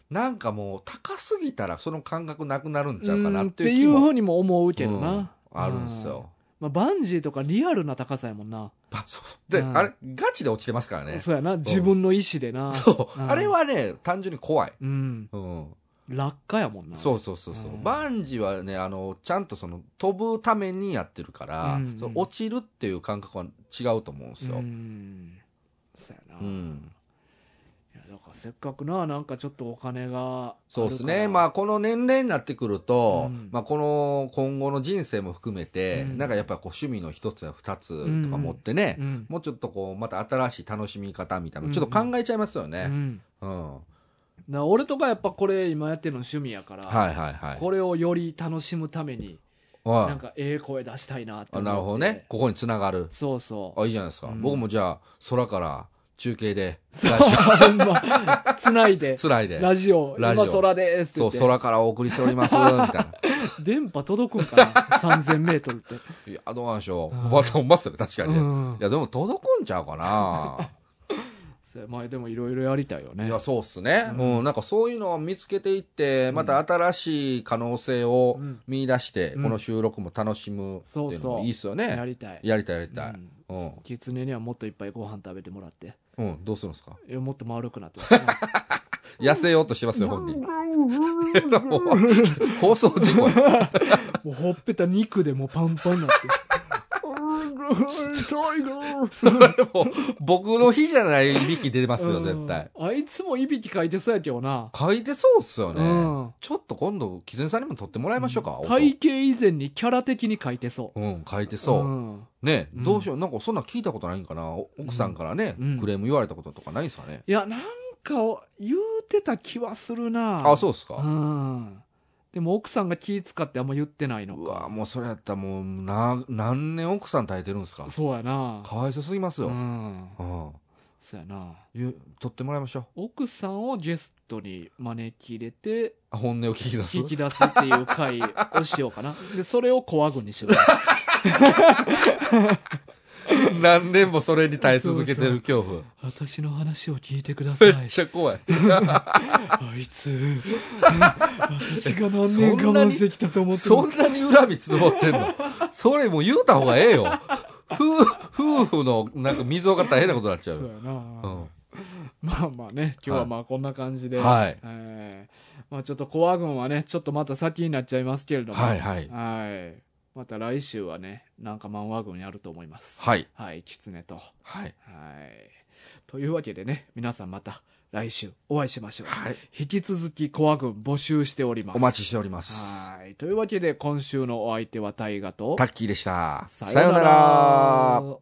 なんかもう高すぎたらその感覚なくなるんちゃうかなっていう気
んっていうふ
も
うにも思うけどな、
あるんですよ。
まあ、バンジーとかリアルな高さやもんな、
あ、そうそう。で、
うん
あれ、ガチで落ちてますからね。そ
そうやな自分の意思でな
う。
うん
あれはね、単純に怖い。
うん
うん。
落下やもんな
そうそうそうそうう。
ん
バンジーはね、あの、ちゃんとその、飛ぶためにやってるから、
うん
その落ちるっていう感覚は違うと思うんですよ。
んそうやな、
う
い
ん。
やだからせっかくななんかちょっとお金が
そうですね。ま
あ
あ、この年齢になってくると、
うん
まあ、この今後の人生も含めて、
うん
なんかやっぱこう趣味の一つや二つとか持ってね
る、から、うん
もうちょっとこう、また新しい楽しみ方みたいな
う
の、
ん
ちょっと考えちゃいますよ
う
ね。
ん、
うん。
だから俺とかやっぱこれ今やってるの趣味やから、
はいはいはい。
これをより楽しむために
はい
なんかええ声出したいなって思って
あなるほどね。ここに繋がる。
そうそう
あ、いいじゃないですか。
うん
僕もじゃあ、空から中継で、
そう
来週
ほんまつないで
つらいで。
ラジオ
ラジオ
今空ですって
そ
言
う、
って
空からお送りしております、みたいな。
電波届くんかな 3000メートルって、
いや、どうなんでしょ う。
うん
まあ、ほんまっすよね、確か
う
にね。
ん
い、や、でも届くんちゃうかな。
そうまあでもいろいろやりたい よね
いや、そうっすね。
う
うん、なんかそういうのを見つけていって、また新しい可能性を
うん
見出して、
うん
この収録も楽しむって
そう
いうの
そう
もいいっすよ
や
ね。
りたい
やりたいやりた
う
い。
ん
うん。
キツネにはもっといっぱいご飯食べてもらって
うん、どうするんですか
えもっと丸くな ってほしいな
痩せようとしてますよ、本人。もう 放送事故や
もうほっぺた肉でもうパンパンになって
それもう僕の日じゃないいびき出ますよ、絶対。
うんあいつもいびきかいてそうやけどな、
書いてそうっすよね。
ん
ちょっと今度、キズさんにも撮ってもらいましょうか。音
体型以前にキャラ的にかいてそう
うん、書いてそう。
ん
ね
うん
どうしよう。なんかそんなん聞いたことないんかな。お奥さんからね
うん、
クレーム言われたこととかないんすかね。
いやなんかを言うてた気はするな
あ、そうです
う
か。
んでも奥さんが気使ってあんま言ってないの
う
か
わ、もうそれやったらもう、な、何年奥さん耐えてるんですか。
そうやな
かわいそうすぎますよ。
う
うん。
んそうやな
ゆ取ってもらいましょう。
奥さんをゲストに招き入れて
あ本音を聞き出す
聞。き出すっていう回をしようかなでそれをコア軍にしよう
何年もそれに耐え続けてる恐怖。
私の話を聞いてくださ
め
い
っちゃ怖い。
あいつ私が何年我慢してきたと思って
そ
も
んなに恨み積もってんのそれもう言うた方がええよ。夫夫婦のなんか溝が大変なことになっちゃ
そう
う。
やな、
うん。
まあまあね今日はまあこんな感じで、
はい
えーまあ、ちょっとコア軍はねちょっとまた先になっちゃいますけれども
はいはい。
はいまた来週はねなんか漫画軍やると思います
はい。
はい狐とは
はい。
いというわけでね皆さんまた来週お会いしましょう
はい。
引き続きコア軍募集しております
お待ちしております。
はいというわけで今週のお相手は大河と
タッキーでした。
さようなら